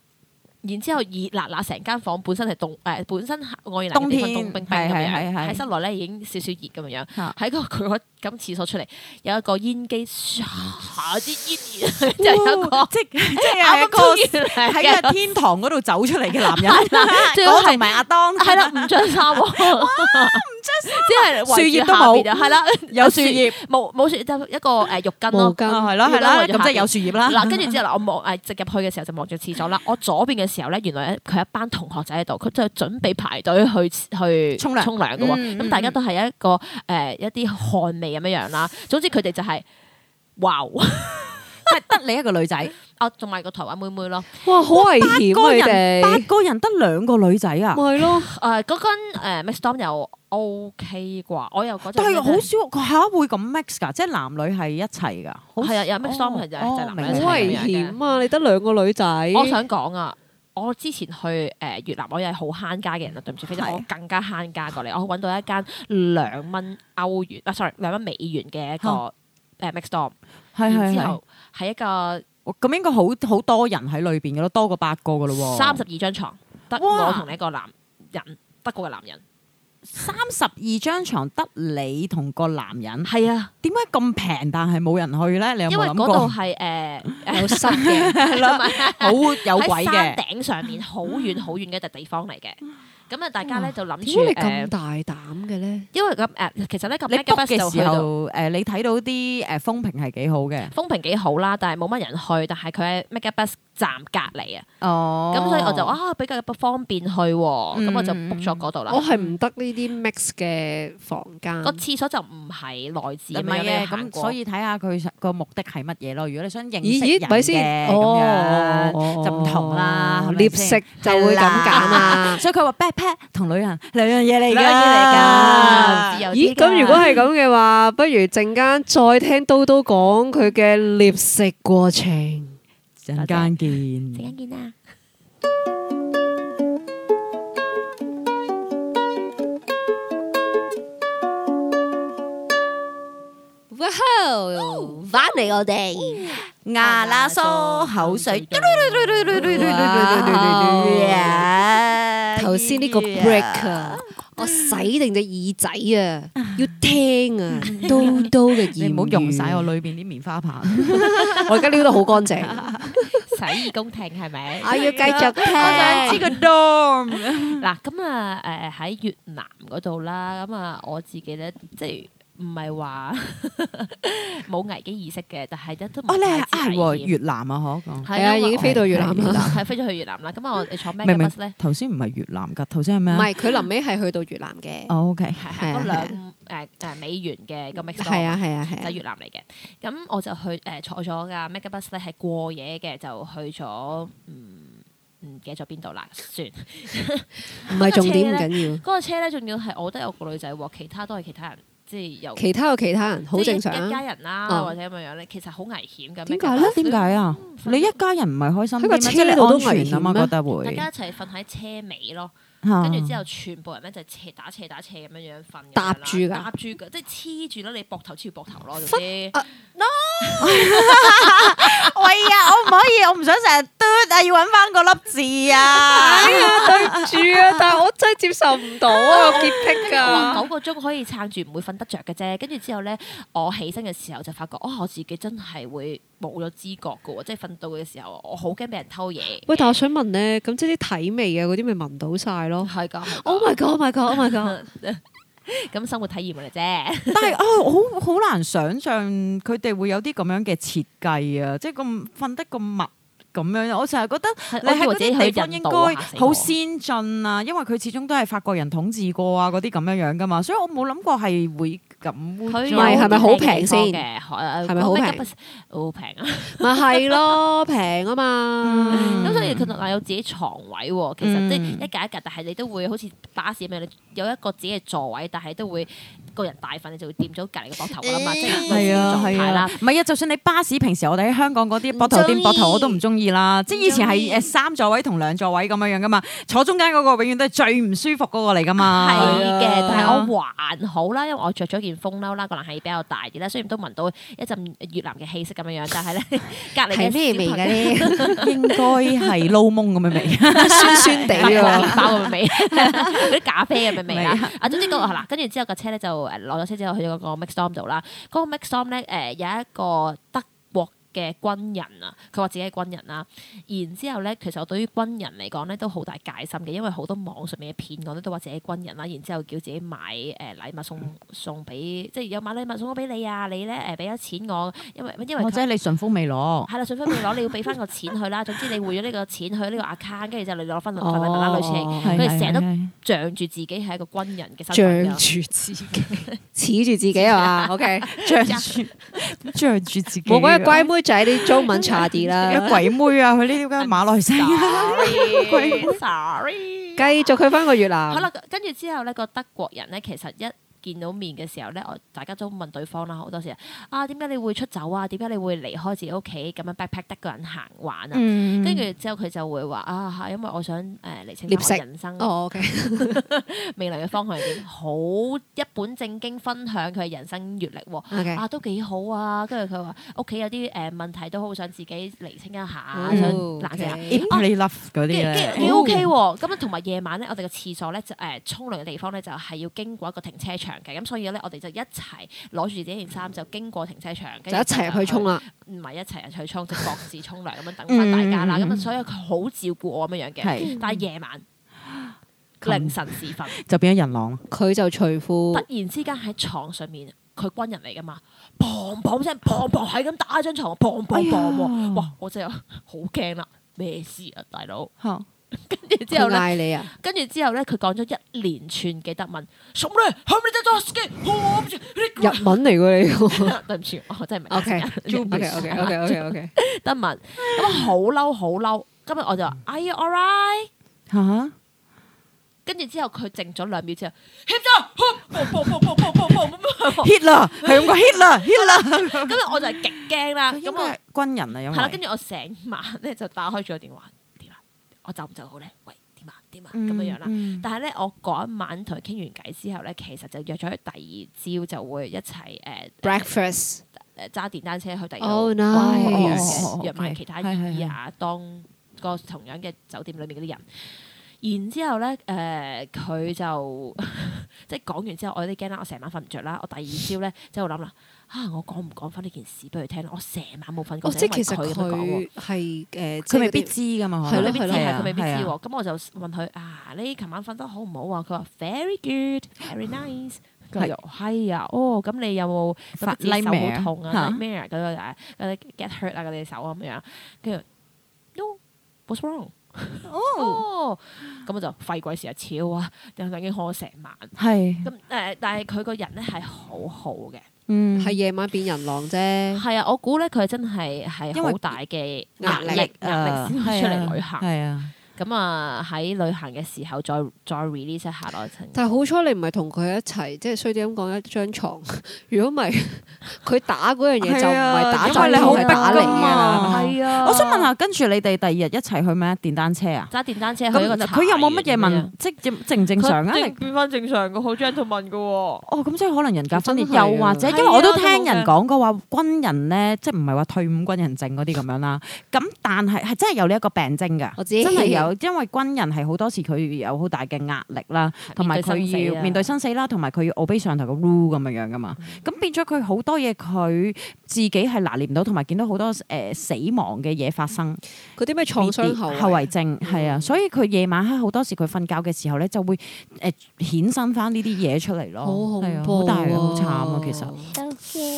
[SPEAKER 4] 然之後熱辣辣成間房本身係凍誒，本身愛爾蘭嘅
[SPEAKER 5] 冬
[SPEAKER 4] 地
[SPEAKER 5] 天
[SPEAKER 4] 方凍冰冰咁
[SPEAKER 5] 係係
[SPEAKER 4] 樣，
[SPEAKER 5] 係係
[SPEAKER 4] 喺室內咧已經少少熱咁樣樣
[SPEAKER 5] 嚇，
[SPEAKER 4] 喺個佢嗰咁廁所出嚟有一個煙機，唰啲煙熱就有一個
[SPEAKER 5] 哇即係即係
[SPEAKER 4] 啱
[SPEAKER 5] 一
[SPEAKER 4] 啱
[SPEAKER 5] 個
[SPEAKER 4] 沖完嚟
[SPEAKER 5] 喺
[SPEAKER 4] 嘅
[SPEAKER 5] 個天堂嗰度走出嚟嘅男人，
[SPEAKER 4] 最好係
[SPEAKER 5] 嗰個唔係阿當，
[SPEAKER 4] 係啦，唔着衫喎，唔着 衫，即係
[SPEAKER 5] 樹
[SPEAKER 4] 圍
[SPEAKER 5] 葉
[SPEAKER 4] 住
[SPEAKER 5] 都
[SPEAKER 4] 下
[SPEAKER 5] 冇
[SPEAKER 4] 邊啊，係啦，
[SPEAKER 5] 有啊樹葉，
[SPEAKER 4] 冇冇樹就一個誒浴巾
[SPEAKER 3] 毛
[SPEAKER 4] 咯。
[SPEAKER 3] 巾
[SPEAKER 5] 啊係啦係啦，
[SPEAKER 4] 要多圍住下
[SPEAKER 5] 咁即係有樹葉 啦。
[SPEAKER 4] 嗱，跟住之後嗱，我望誒直入去嘅時候就望住廁所啦。我左邊嘅時候咧，原來佢一班同學仔喺度，佢就準備排隊去去
[SPEAKER 5] 沖涼
[SPEAKER 4] 沖涼嘅喎。
[SPEAKER 5] 嗯
[SPEAKER 4] 咁大家都係一個 誒一啲汗味咁樣樣啦。總之佢哋就係哇，
[SPEAKER 5] 但係得你一個女仔，
[SPEAKER 4] 我啊仲埋個台灣妹妹咯。
[SPEAKER 3] 哇，好危險啊！
[SPEAKER 5] 個
[SPEAKER 3] 你
[SPEAKER 5] 人八
[SPEAKER 3] 哋
[SPEAKER 5] 個人得兩個女仔啊！
[SPEAKER 3] 咪咯，
[SPEAKER 4] 誒嗰間誒 Mix Dom 又 OK 啩，我又覺得
[SPEAKER 5] 但係好少佢嚇會咁 mix 㗎，即係男女係一齊㗎。好
[SPEAKER 4] 係啊，有 Mix Dom 係就
[SPEAKER 5] 哦
[SPEAKER 4] 係就係男
[SPEAKER 5] 明
[SPEAKER 4] 人一
[SPEAKER 5] 白
[SPEAKER 3] 好危
[SPEAKER 4] 齊咁樣嘅。
[SPEAKER 3] 險啊！你得兩個女仔，
[SPEAKER 4] 我想講啊，我之前去誒、呃越南，我又係好慳家嘅人啦，啊對唔住，其實
[SPEAKER 5] 係
[SPEAKER 4] 我更加慳家過你，我揾到一間兩蚊歐元啊，sorry 兩蚊美元嘅一個誒
[SPEAKER 5] 嚇
[SPEAKER 4] mix store，然
[SPEAKER 5] 係係
[SPEAKER 4] 之
[SPEAKER 5] 係
[SPEAKER 4] 後係一個
[SPEAKER 5] 咁應該好好多人喺裏邊嘅咯，多過八個㗎咯喎。
[SPEAKER 4] 三十二張床，得
[SPEAKER 5] 哇
[SPEAKER 4] 我同你一個男人，德國嘅男人，
[SPEAKER 5] 三十二張床得你同個男人，
[SPEAKER 4] 係啊，
[SPEAKER 5] 點解咁平但係冇人去咧？你有
[SPEAKER 4] 因為
[SPEAKER 5] 冇諗過
[SPEAKER 4] 嗰？度係 誒
[SPEAKER 3] 有濕 嘅，
[SPEAKER 5] 係啦， 好有鬼
[SPEAKER 4] 喺山
[SPEAKER 5] 嘅，
[SPEAKER 4] 頂上面好遠好遠嘅一笪地方嚟嘅，咁啊大家咧就諗
[SPEAKER 3] 點
[SPEAKER 4] 住
[SPEAKER 3] 解你
[SPEAKER 4] 誒
[SPEAKER 3] 咁。大膽嘅咧？
[SPEAKER 4] 因為咁誒，其實咧咁
[SPEAKER 5] 你
[SPEAKER 4] Mega
[SPEAKER 5] book
[SPEAKER 4] Bus 就
[SPEAKER 5] 嘅
[SPEAKER 4] 去
[SPEAKER 5] 時
[SPEAKER 4] 到
[SPEAKER 5] 候，誒、你睇到啲誒風評係幾好嘅，
[SPEAKER 4] 風評幾好啦，但係冇乜人去，但係佢喺 Mega Bus 站隔離啊，
[SPEAKER 5] 哦
[SPEAKER 4] 咁所以我就啊比較方便去喎，咁我就
[SPEAKER 5] 嗯
[SPEAKER 4] book 咗嗰度啦
[SPEAKER 3] 我。係唔得呢啲 mix 嘅房間，
[SPEAKER 4] 個廁所就唔係內置
[SPEAKER 5] 唔
[SPEAKER 4] 咁樣
[SPEAKER 5] 係
[SPEAKER 4] 嘅，
[SPEAKER 5] 嘅，
[SPEAKER 4] 咁
[SPEAKER 5] 咁所以睇下佢個目的係乜嘢咯。如果你想認
[SPEAKER 3] 咦
[SPEAKER 5] 識
[SPEAKER 3] 咦，
[SPEAKER 5] 人
[SPEAKER 3] 咪
[SPEAKER 5] 嘅
[SPEAKER 3] 先，
[SPEAKER 5] 咁
[SPEAKER 3] 哦
[SPEAKER 5] 樣，，就唔同啦係咪
[SPEAKER 3] 獵
[SPEAKER 5] 先
[SPEAKER 3] 食就會咁揀啦。
[SPEAKER 5] 所以佢話 backpack 同旅行啊兩樣嘢嚟㗎，
[SPEAKER 4] 兩樣嘢嚟㗎自由
[SPEAKER 3] 咦，
[SPEAKER 4] 啲㗎
[SPEAKER 3] 咁如果係咁嘅話，不如陣間再聽刀刀講佢嘅獵食過程。
[SPEAKER 5] 陣間
[SPEAKER 4] 陣
[SPEAKER 5] 見。
[SPEAKER 4] 間見啦。
[SPEAKER 2] 哇哦，翻嚟我哋
[SPEAKER 5] 牙罅疏口水。
[SPEAKER 3] 頭先呢個 break à? 啊，我洗定隻耳仔啊，要聽啊，刀刀嘅
[SPEAKER 5] 你
[SPEAKER 3] 耳，
[SPEAKER 5] 唔好用晒我。裏邊啲棉花 棒。
[SPEAKER 3] 我而家撩得好乾淨。
[SPEAKER 4] 洗耳恭聽係咪？
[SPEAKER 3] 哎
[SPEAKER 2] 我要繼續
[SPEAKER 5] 知
[SPEAKER 2] 聽。
[SPEAKER 5] 個 dorm。
[SPEAKER 4] 嗱，咁啊誒喺越南嗰度啦，咁啊我自己咧即係唔係話 冇危機意識嘅，但係一都唔
[SPEAKER 5] 哦，你係
[SPEAKER 4] 太
[SPEAKER 5] 啊
[SPEAKER 4] 知危
[SPEAKER 5] 喎，
[SPEAKER 4] 險
[SPEAKER 5] 越南啊，可講。
[SPEAKER 4] 係
[SPEAKER 3] 係啊，已經飛到越南啦。
[SPEAKER 4] 係飛咗去越南啦。咁啊，我哋坐 Mega
[SPEAKER 5] 明明
[SPEAKER 4] Bus 咧，
[SPEAKER 5] 頭先唔係越南㗎，頭先係咩
[SPEAKER 3] 唔
[SPEAKER 5] 啊？
[SPEAKER 3] 係，佢臨尾係去到越南嘅。
[SPEAKER 5] 哦，OK。
[SPEAKER 4] 係
[SPEAKER 3] 係啊
[SPEAKER 4] 係嗰
[SPEAKER 3] 係
[SPEAKER 4] 兩誒誒美元嘅個 mix
[SPEAKER 3] 係啊，係啊，係
[SPEAKER 4] 就係
[SPEAKER 3] 啊。
[SPEAKER 4] 越南嚟嘅。咁我就去誒、呃坐咗架 mega bus 咧，係過夜嘅，就去咗嗯唔記得咗邊度啦， 算。嗰、
[SPEAKER 3] 唔係重點，唔緊要。
[SPEAKER 4] 個車咧，仲要係我覺得有個女仔喎，其他都係其他人，即係有
[SPEAKER 3] 其他有其他人，好
[SPEAKER 4] 即係
[SPEAKER 3] 正常啊
[SPEAKER 4] 一家。人啦，
[SPEAKER 3] 嗯
[SPEAKER 4] 或者咁樣樣咧，其實好危險嗯嘅。
[SPEAKER 3] 點
[SPEAKER 4] mega
[SPEAKER 3] 解
[SPEAKER 5] 啊
[SPEAKER 4] bus
[SPEAKER 5] 點解啊？你一家人唔係開心
[SPEAKER 3] 喺
[SPEAKER 5] 啲
[SPEAKER 3] 個
[SPEAKER 5] 咩，
[SPEAKER 3] 車
[SPEAKER 5] 即係你
[SPEAKER 3] 度都
[SPEAKER 5] 安全啊嘛，
[SPEAKER 3] 危險咩
[SPEAKER 5] 覺
[SPEAKER 4] 大
[SPEAKER 5] 得
[SPEAKER 4] 家
[SPEAKER 5] 會。
[SPEAKER 4] 一齊瞓喺車尾咯，
[SPEAKER 5] 跟
[SPEAKER 3] 哦
[SPEAKER 4] 跟住之後全部人咧就斜打斜打斜咁樣樣瞓咁樣啦，
[SPEAKER 3] 搭住㗎
[SPEAKER 4] 搭住㗎，即係黐住咯，你膊頭黐住膊頭咯，總之。
[SPEAKER 5] 喂啊，我唔可以，我唔想成日嘟啊，要揾翻個粒字啊！
[SPEAKER 3] 對唔住啊，但係我真係接受唔到啊，我潔癖
[SPEAKER 4] 我話九個鐘可以撐住，唔會瞓得着嘅啫。跟住之後咧，我起身嘅時候就發覺，哦，我自己真係會冇咗知覺嘅喎，即係瞓到嘅時候，我好驚俾人偷嘢。
[SPEAKER 3] 喂，但我想問咧，咁即係啲體味啊嗰啲咪聞到晒咯
[SPEAKER 4] 係㗎
[SPEAKER 3] ？Oh my god！Oh my god！Oh my god！
[SPEAKER 4] 咁生活體驗嚟啫。
[SPEAKER 5] 但係啊，好好難想象佢哋會有啲咁樣嘅設計啊，即係咁瞓得咁密咁樣。我成日覺得 你喺嗰啲地方應該好先進啊，因為佢始終都係法國人統治過啊，嗰啲咁樣樣噶嘛，所以我冇諗過係會咁污糟。
[SPEAKER 4] 佢
[SPEAKER 3] 唔係係咪好平先
[SPEAKER 4] 嘅？係
[SPEAKER 3] 咪好平
[SPEAKER 4] 好平啊！
[SPEAKER 3] 咪係咯，平啊嘛。
[SPEAKER 5] 嗯
[SPEAKER 4] 咁所以佢仲話有自己床位喎，其實即係
[SPEAKER 5] 嗯
[SPEAKER 4] 一格一格，但係你都會好似巴士咁樣，你有一個自己嘅座位，但係都會個人大瞓，你就會掂咗隔離嘅膊頭㗎啦嘛，即係
[SPEAKER 5] 係啊
[SPEAKER 4] 狀
[SPEAKER 5] 係
[SPEAKER 4] 態啦
[SPEAKER 5] 啊。，唔係啊！就算你巴士平時我哋喺香港嗰啲膊頭
[SPEAKER 2] 唔中
[SPEAKER 5] 掂
[SPEAKER 2] 意
[SPEAKER 5] 膊頭我都唔中意啦，即係以
[SPEAKER 2] 唔
[SPEAKER 5] 前
[SPEAKER 2] 中
[SPEAKER 5] 係
[SPEAKER 2] 意
[SPEAKER 5] 誒三座位同兩座位咁樣樣噶嘛，坐中間嗰個永遠都係最唔舒服嗰個嚟噶嘛。
[SPEAKER 4] 係
[SPEAKER 2] 啊
[SPEAKER 4] 嘅，但
[SPEAKER 5] 係
[SPEAKER 4] 係我還好啦，因為我着咗件風褸啦，個冷氣比較大啲啦，雖然都聞到一陣越南嘅氣息咁樣樣，但係咧 隔離嘅
[SPEAKER 2] 係咩味嘅
[SPEAKER 4] 小朋友？
[SPEAKER 2] 咧？
[SPEAKER 5] 應該係撈蒙咁嘅 味。
[SPEAKER 3] 酸酸 地
[SPEAKER 4] 白
[SPEAKER 3] 啊
[SPEAKER 4] 麵包咁嘅 味，嗰啲咖啡咁嘅味
[SPEAKER 5] 味
[SPEAKER 4] 啦。啊，總之嗰個嗱，跟住之後架車咧就誒落咗車之後去咗嗰個 Mix Storm 度啦。嗰個 Mix Storm 咧誒有一個德國嘅軍人啊，佢話自己係軍人啦。然之後咧，其實我對於軍人嚟講咧都好大戒心嘅，因為好多網上面嘅騙案咧都話自己係軍人啦，然之後叫自己買誒禮物送送俾，即係有買禮物送咗俾你啊，你咧誒俾咗錢我，因為因為
[SPEAKER 5] 或
[SPEAKER 4] 佢
[SPEAKER 5] 者你順風未攞。
[SPEAKER 4] 係啦，信封未攞，你要俾翻個錢佢啦。總之你匯咗呢個錢去呢個 account，跟住就你攞翻份禮物啦，類似
[SPEAKER 5] 哦
[SPEAKER 4] 係
[SPEAKER 3] 係
[SPEAKER 4] 佢哋成日都
[SPEAKER 5] 都
[SPEAKER 4] 仗住自己係一個軍人嘅身
[SPEAKER 3] 仗
[SPEAKER 4] 份㗎。
[SPEAKER 3] 住自己，恃住自己啊嘛。OK，
[SPEAKER 5] 着住着住自己。
[SPEAKER 3] 冇嗰日乖妹仔啲中文差啲
[SPEAKER 5] 有
[SPEAKER 3] 啦。
[SPEAKER 5] 鬼妹啊！佢呢啲梗 係馬來西亞，
[SPEAKER 4] sorry，sorry。
[SPEAKER 3] 繼續去翻個越南。
[SPEAKER 4] 好啦，跟住之後咧，個德國人咧，其實一見到面嘅時候咧，我大家都問對方啦，好多時啊，點解你會出走啊？點解你會離開自己屋企咁樣 backpack 得個人行玩啊？
[SPEAKER 5] 嗯
[SPEAKER 4] 跟住之後佢就會話啊，係因為我想誒釐清
[SPEAKER 3] 獵
[SPEAKER 4] 返
[SPEAKER 3] 食
[SPEAKER 4] 我人生
[SPEAKER 3] 哦，OK，
[SPEAKER 4] 未來嘅方向係點，好一本正經分享佢嘅人生閲歷喎。
[SPEAKER 3] OK，
[SPEAKER 4] 啊，都幾好啊！跟住佢話屋企有啲誒、呃、問題都好想自己釐清一下，
[SPEAKER 3] 嗯
[SPEAKER 4] 想
[SPEAKER 3] 哦
[SPEAKER 4] 冷靜下。
[SPEAKER 3] OK
[SPEAKER 5] If y love
[SPEAKER 4] 跟
[SPEAKER 5] 嗰啲啊
[SPEAKER 4] 住
[SPEAKER 5] 咧
[SPEAKER 4] 跟住，幾 OK
[SPEAKER 3] 哦
[SPEAKER 4] 喎，咁啊同埋夜晚咧，我哋嘅廁所咧就誒沖涼嘅地方咧就係要經過一個停車場嘅，咁所以咧我哋就一齊攞住自己件衫就經過停車場，
[SPEAKER 3] 就
[SPEAKER 4] 跟
[SPEAKER 3] 一
[SPEAKER 4] 住
[SPEAKER 3] 齊入去沖啦。嗯
[SPEAKER 4] 唔係一齊去沖，即係各自沖涼咁樣等翻大家啦。咁啊，所以佢好照顧我咁樣樣嘅
[SPEAKER 5] 係。
[SPEAKER 4] 但係夜晚
[SPEAKER 5] 咁
[SPEAKER 4] 凌晨時分，
[SPEAKER 5] 就變咗人狼。
[SPEAKER 3] 佢就除褲，
[SPEAKER 4] 突然之間喺床上面，佢軍人嚟噶嘛，砰砰聲，砰砰係咁打張床，砰砰砰
[SPEAKER 5] 哎呀
[SPEAKER 4] 喎！哇！我真係好驚啦，咩事啊，大佬？
[SPEAKER 5] 嚇
[SPEAKER 4] 跟住之後
[SPEAKER 3] 佢
[SPEAKER 4] 咧。
[SPEAKER 3] 嗌你啊，
[SPEAKER 4] 跟住之後咧，佢講咗一連串嘅德文，什麼咧？後面得咗 ski，我唔知
[SPEAKER 3] 日文嚟㗎你 喎。
[SPEAKER 4] 對唔住，我真係唔係
[SPEAKER 3] OK，OK，OK，OK，OK，OK，OK。
[SPEAKER 4] 德文，咁啊好嬲好嬲。今日我就話 Are you alright？
[SPEAKER 5] 嚇！
[SPEAKER 4] 跟住之後佢靜咗兩秒之後，協咗，
[SPEAKER 5] hit 啦，係咁講 hit 啦 ，hit 啦。
[SPEAKER 4] 跟住我就係極驚啦。
[SPEAKER 5] 佢
[SPEAKER 4] 啊咁
[SPEAKER 5] 應
[SPEAKER 4] 我
[SPEAKER 5] 該係軍人啊，因為
[SPEAKER 4] 係啦，跟住我成晚咧就打開咗個電話，點啊？我走唔走好咧？喂，點啊？點啊？咁樣樣啦。
[SPEAKER 5] 嗯
[SPEAKER 4] 但係咧，我嗰一晚同佢傾完偈之後咧，其實就約咗佢第二朝就會一齊誒
[SPEAKER 3] Breakfast，
[SPEAKER 4] 誒揸電單車去第二度
[SPEAKER 3] Oh
[SPEAKER 4] 咁
[SPEAKER 5] 哦
[SPEAKER 4] 樣
[SPEAKER 3] nice，
[SPEAKER 5] 哦哦
[SPEAKER 4] 嘅，約埋
[SPEAKER 5] OK，
[SPEAKER 4] 其他
[SPEAKER 5] 係係
[SPEAKER 4] 意啊，當個同樣嘅酒店裏面嗰啲人。然之後咧，誒、佢就 即係講完之後，我有啲驚啦，我成晚瞓唔着啦。我第二朝咧，即係我諗啦，啊，我講唔講翻呢件事俾佢聽？我成晚冇瞓過，
[SPEAKER 3] 哦，即
[SPEAKER 4] 係
[SPEAKER 3] 係其實
[SPEAKER 4] 佢咁樣講
[SPEAKER 3] 佢
[SPEAKER 4] 喎
[SPEAKER 3] 係誒，
[SPEAKER 5] 佢未必
[SPEAKER 3] 即係嗰啲
[SPEAKER 5] 知噶嘛，
[SPEAKER 3] 係
[SPEAKER 4] 佢
[SPEAKER 5] 可
[SPEAKER 4] 未
[SPEAKER 5] 能
[SPEAKER 3] 咯
[SPEAKER 4] 必
[SPEAKER 3] 係咯
[SPEAKER 4] 知，係
[SPEAKER 5] 係啊
[SPEAKER 4] 佢未必知
[SPEAKER 5] 係啊
[SPEAKER 4] 喎。咁我就問佢啊，你琴晚瞓得好唔好啊？佢話 very good，very nice。佢就係啊，哦，咁你有冇覺得
[SPEAKER 5] 發
[SPEAKER 4] 自己手好
[SPEAKER 5] nightmare
[SPEAKER 4] 痛啊
[SPEAKER 5] 嚇
[SPEAKER 4] ？nightmare 嗰啲啊，嗰啲 get hurt 啊，嗰啲手啊咁樣。跟住，no，what's wrong？哦， 咁我就廢鬼事啊，超啊，又已經我成晚。
[SPEAKER 5] 係啊
[SPEAKER 4] 咁誒，但係佢個人咧係好好嘅。
[SPEAKER 5] 嗯
[SPEAKER 3] 係夜晚變人狼 啫。
[SPEAKER 4] 係啊，我估咧佢真係係
[SPEAKER 5] 因
[SPEAKER 4] 好
[SPEAKER 5] 為
[SPEAKER 4] 大嘅壓
[SPEAKER 3] 壓力
[SPEAKER 4] 力壓力先會出嚟旅行。
[SPEAKER 5] 啊係啊，
[SPEAKER 4] 咁啊喺旅行嘅時候再再 release 一下咯，趁
[SPEAKER 3] 但係好彩你唔係同佢一齊，即係衰啲咁講一張床。 如果唔係， 佢打嗰樣嘢就唔係打
[SPEAKER 5] 啊因為
[SPEAKER 3] 咗
[SPEAKER 5] 你好
[SPEAKER 3] 係打
[SPEAKER 5] 逼
[SPEAKER 3] 你
[SPEAKER 5] 㗎嘛
[SPEAKER 3] 㗎。
[SPEAKER 4] 係啊
[SPEAKER 5] 我想問下，跟住你哋第二日一齊去咩啊？電單車啊？
[SPEAKER 4] 揸電單車去一個
[SPEAKER 5] 咁嗱佢有冇乜嘢問
[SPEAKER 4] 問？？
[SPEAKER 5] 即係正唔正常啊？你
[SPEAKER 4] 變翻正常嘅，好 gentleman 嘅喎。
[SPEAKER 5] 哦，咁即係可能人格分裂，
[SPEAKER 3] 真係啊
[SPEAKER 5] 又或者因為我都聽人講過話，軍人咧即係唔係話退伍軍人證嗰啲咁樣啦。咁但係係真係有呢一個病徵㗎，
[SPEAKER 3] 我知
[SPEAKER 5] 真係有， 因為軍人係好多時佢有好大嘅壓力啦，同埋佢要面對生死啦，同埋佢要 obey 上頭嘅 rule 咁樣樣噶嘛。咁變咗佢好多嘢佢自己係拿捏唔到，同埋見到好多誒、呃死亡嘅嘢發生。
[SPEAKER 3] 嗰啲咩創傷後
[SPEAKER 5] 後
[SPEAKER 3] 遺
[SPEAKER 5] 遺症係啊，所以佢夜晚黑好多時佢瞓覺嘅時候咧，就會誒衍生翻呢啲嘢出嚟咯，
[SPEAKER 3] 好恐
[SPEAKER 5] 係啊
[SPEAKER 3] 怖
[SPEAKER 5] 好大啊，
[SPEAKER 3] 喎
[SPEAKER 5] 好慘啊，其實呢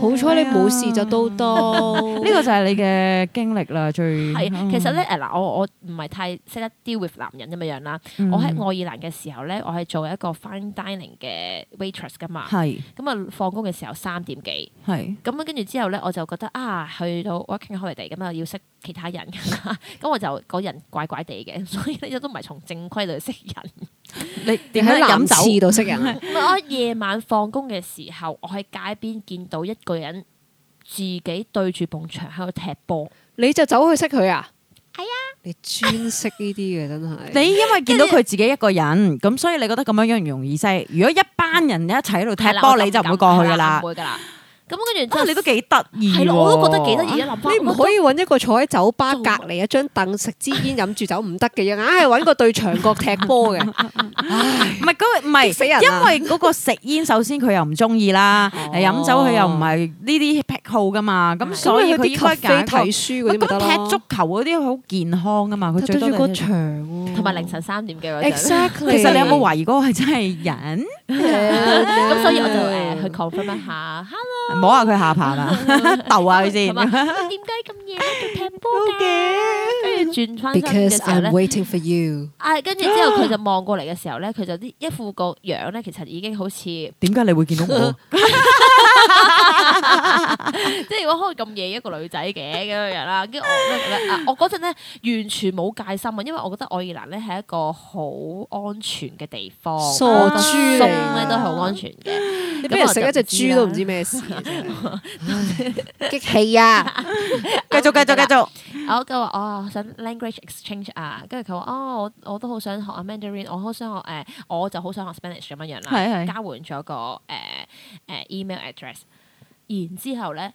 [SPEAKER 3] 好彩你冇事就都 多。
[SPEAKER 5] 個就係你嘅經歷啦，最
[SPEAKER 4] 係，其實咧誒嗱，我我唔係太識得 deal with 男人咁樣樣啦。
[SPEAKER 5] 嗯
[SPEAKER 4] 我喺愛爾蘭嘅時候咧，我係做一個 fine dining 嘅 waitress 噶嘛。
[SPEAKER 5] 係
[SPEAKER 4] 咁啊，放工嘅時候三點幾，
[SPEAKER 5] 係
[SPEAKER 4] 咁啊跟住之後咧，我就覺得啊，去到 working holiday 咁啊，要識其他人㗎啦。咁我就個人怪怪地嘅，所以咧都唔係從正規度識人。
[SPEAKER 5] 你
[SPEAKER 3] 你
[SPEAKER 5] 點
[SPEAKER 3] 喺
[SPEAKER 5] 解
[SPEAKER 3] 男
[SPEAKER 5] 飲酒
[SPEAKER 3] 廁度識 人，啊
[SPEAKER 4] 唔係我夜晚放工嘅時候，我喺街邊見到一個人自己對住埲牆喺度踢波，
[SPEAKER 3] 你就走去識佢啊？係啊，你專識呢啲嘅真
[SPEAKER 5] 你
[SPEAKER 3] 係。
[SPEAKER 5] 因為見到佢自己一個人，咁所以你覺得咁樣樣唔容易識。如果一班人一齊喺度踢
[SPEAKER 4] 係啦
[SPEAKER 5] 波，
[SPEAKER 4] 我
[SPEAKER 5] 你就唔
[SPEAKER 4] 敢
[SPEAKER 5] 會過去噶
[SPEAKER 4] 係
[SPEAKER 5] 啦
[SPEAKER 4] 唔。會㗎啦。咁跟住之
[SPEAKER 5] 啊，
[SPEAKER 4] 後
[SPEAKER 5] 你都幾得意
[SPEAKER 4] 係
[SPEAKER 5] 喎！
[SPEAKER 4] 咯，我都覺得幾得意啊！諗翻
[SPEAKER 3] 你唔可以揾一個坐喺酒吧隔離一張凳食支煙飲住酒唔得嘅，硬係揾個對牆角踢 波嘅。啊
[SPEAKER 5] 唔係嗰個唔係
[SPEAKER 3] 激死人啊
[SPEAKER 5] 因為嗰個食煙首先佢又唔中意啦，誒飲酒佢又唔係呢啲癖好噶嘛，咁所以佢應該
[SPEAKER 3] 咁你去啲 cafe
[SPEAKER 5] 揀
[SPEAKER 3] 睇
[SPEAKER 5] 一
[SPEAKER 3] 書
[SPEAKER 5] 個
[SPEAKER 3] 嗰啲咪
[SPEAKER 5] 喂
[SPEAKER 3] 得
[SPEAKER 5] 咁
[SPEAKER 3] 咯
[SPEAKER 5] 踢足球嗰啲好健康噶嘛，佢最
[SPEAKER 3] 對
[SPEAKER 5] 多
[SPEAKER 3] 住個
[SPEAKER 5] 就係
[SPEAKER 3] 牆喎，
[SPEAKER 4] 同埋凌晨三點幾嗰陣，
[SPEAKER 3] exactly。
[SPEAKER 5] 其實你有冇懷疑嗰個係真係人？
[SPEAKER 4] 啊咁所以我就誒去 confirm 一下，hello，
[SPEAKER 5] 摸下佢下巴啦，逗下佢
[SPEAKER 4] 係。
[SPEAKER 5] 先
[SPEAKER 4] 嘛？ 喂點解咁夜仲踢波㗎？跟住轉翻身嘅
[SPEAKER 3] Because
[SPEAKER 4] 時候
[SPEAKER 3] I'm
[SPEAKER 4] 咧。
[SPEAKER 3] waiting for you。
[SPEAKER 4] 啊！跟住之後佢就望過嚟嘅時候咧，佢就啲一副個樣咧，其實已經好似 即
[SPEAKER 5] 點解你會見到我？
[SPEAKER 4] 係如果可以咁夜一個女仔嘅咁樣樣啦。跟住我 覺得啊，我嗰陣咧完全冇戒心啊，因為我覺得愛爾蘭咧係一個好安全嘅地方，
[SPEAKER 3] 傻
[SPEAKER 4] 我覺得
[SPEAKER 3] 豬嚟
[SPEAKER 4] 鬆咧都好安全嘅。
[SPEAKER 3] 你
[SPEAKER 4] 俾人食一隻豬都唔知
[SPEAKER 3] 咩事，啊 激氣啊！
[SPEAKER 5] 繼續繼續繼續。
[SPEAKER 4] 我就話哦，想 language exchange 啊，跟住佢話哦，我我都好想學啊 Mandarin，我好想學誒、我就好想學 Spanish 咁樣樣啦。
[SPEAKER 5] 係
[SPEAKER 4] 交
[SPEAKER 5] 係
[SPEAKER 4] 換咗個誒誒、email address，然之後咧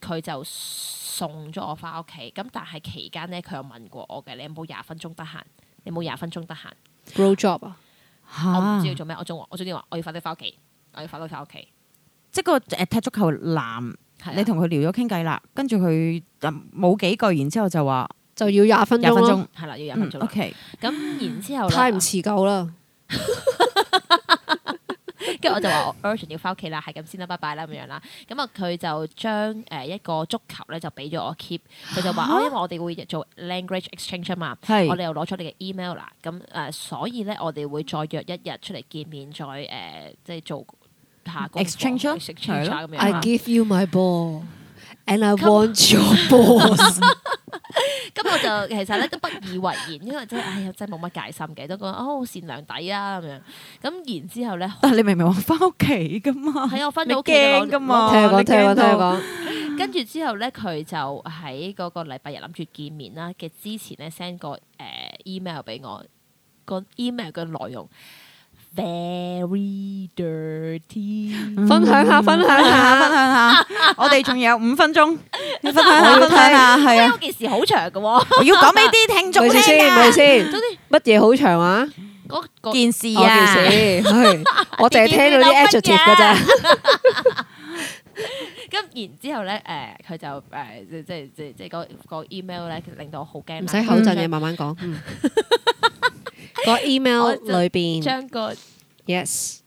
[SPEAKER 4] 佢就送咗我翻屋企。咁但係期間咧，佢有問過我嘅，你有冇廿分鐘得閒？你有冇廿分鐘得閒？
[SPEAKER 3] Bro job 啊，
[SPEAKER 4] 我唔知要
[SPEAKER 5] 嚇！
[SPEAKER 4] 做咩，我仲話我總之話我要快啲翻屋企，我要快啲翻屋企。
[SPEAKER 5] 即係個誒踢足球男，
[SPEAKER 4] 係啊
[SPEAKER 5] 你同佢聊咗傾偈啦，跟住佢嗯冇幾句，然之後就話
[SPEAKER 3] 就要廿分
[SPEAKER 5] 廿
[SPEAKER 3] 鐘
[SPEAKER 5] 分
[SPEAKER 3] 咯，
[SPEAKER 5] 鐘。
[SPEAKER 4] 係啦，要廿
[SPEAKER 5] 嗯
[SPEAKER 4] 分鐘啦。
[SPEAKER 5] OK，
[SPEAKER 4] 咁然之後
[SPEAKER 3] 太
[SPEAKER 4] 咧
[SPEAKER 3] 唔，持久啦。
[SPEAKER 4] 跟住我就話我 urgent 要翻屋企啦，係咁先啦，拜拜啦咁樣啦。咁啊，佢就將誒一個足球咧就俾咗我 keep，佢就話啊，因為我哋會做 language exchange 啊嘛，
[SPEAKER 5] 係
[SPEAKER 4] 我哋又攞咗你嘅 email 啦，咁誒、呃所以咧我哋會再約一日出嚟見面，再誒、呃即係做下功課
[SPEAKER 5] Exchange 啊
[SPEAKER 4] exchange 啊咁樣
[SPEAKER 3] I
[SPEAKER 4] 啦。
[SPEAKER 3] give you my ball and I
[SPEAKER 4] Come on.
[SPEAKER 3] want your balls。
[SPEAKER 4] 咁我就其實咧都不以為然，因為真係哎呀真係冇乜戒心嘅，都覺得哦好善良底啊咁樣。咁然之後 咧，
[SPEAKER 5] 但係你明明話翻屋企噶嘛？
[SPEAKER 4] 喺我翻
[SPEAKER 5] 你
[SPEAKER 4] 咗屋企就攞
[SPEAKER 5] 驚噶嘛？
[SPEAKER 3] 聽我講，
[SPEAKER 5] 你
[SPEAKER 3] 聽我講，聽
[SPEAKER 5] 驚到
[SPEAKER 3] 我講。
[SPEAKER 4] 跟住之後咧，佢就喺嗰個禮拜日諗住見面啦嘅之前咧 send 個誒 email 俾我，個 email 嘅內容 very dirty。
[SPEAKER 3] 分享下，分享
[SPEAKER 5] 分享下，
[SPEAKER 3] 下。
[SPEAKER 5] 分享下， 我哋仲有五分鐘，你分享
[SPEAKER 3] 我
[SPEAKER 5] 下，
[SPEAKER 3] 要
[SPEAKER 5] 分享下，係
[SPEAKER 4] 因為
[SPEAKER 5] 啊，
[SPEAKER 4] 我件事好長嘅 喎，
[SPEAKER 5] 我要講俾啲聽眾
[SPEAKER 3] 咪
[SPEAKER 5] 聽
[SPEAKER 3] 住先，咪
[SPEAKER 5] 啊
[SPEAKER 3] 住先
[SPEAKER 4] 總。之
[SPEAKER 3] 乜嘢好長啊？
[SPEAKER 4] 嗰個
[SPEAKER 5] 件事
[SPEAKER 3] 我件
[SPEAKER 5] 啊，
[SPEAKER 3] 事， 係我淨係聽到啲 adjective 㗎咋。
[SPEAKER 4] 咁然之後咧，誒佢就誒即即即即嗰個 email 咧，令到我好驚啦。
[SPEAKER 3] 唔使口震嘅，慢慢
[SPEAKER 4] Ừ.
[SPEAKER 3] 講。嗯個 email
[SPEAKER 4] 我就
[SPEAKER 3] 裏邊
[SPEAKER 4] 將個
[SPEAKER 3] ，yes。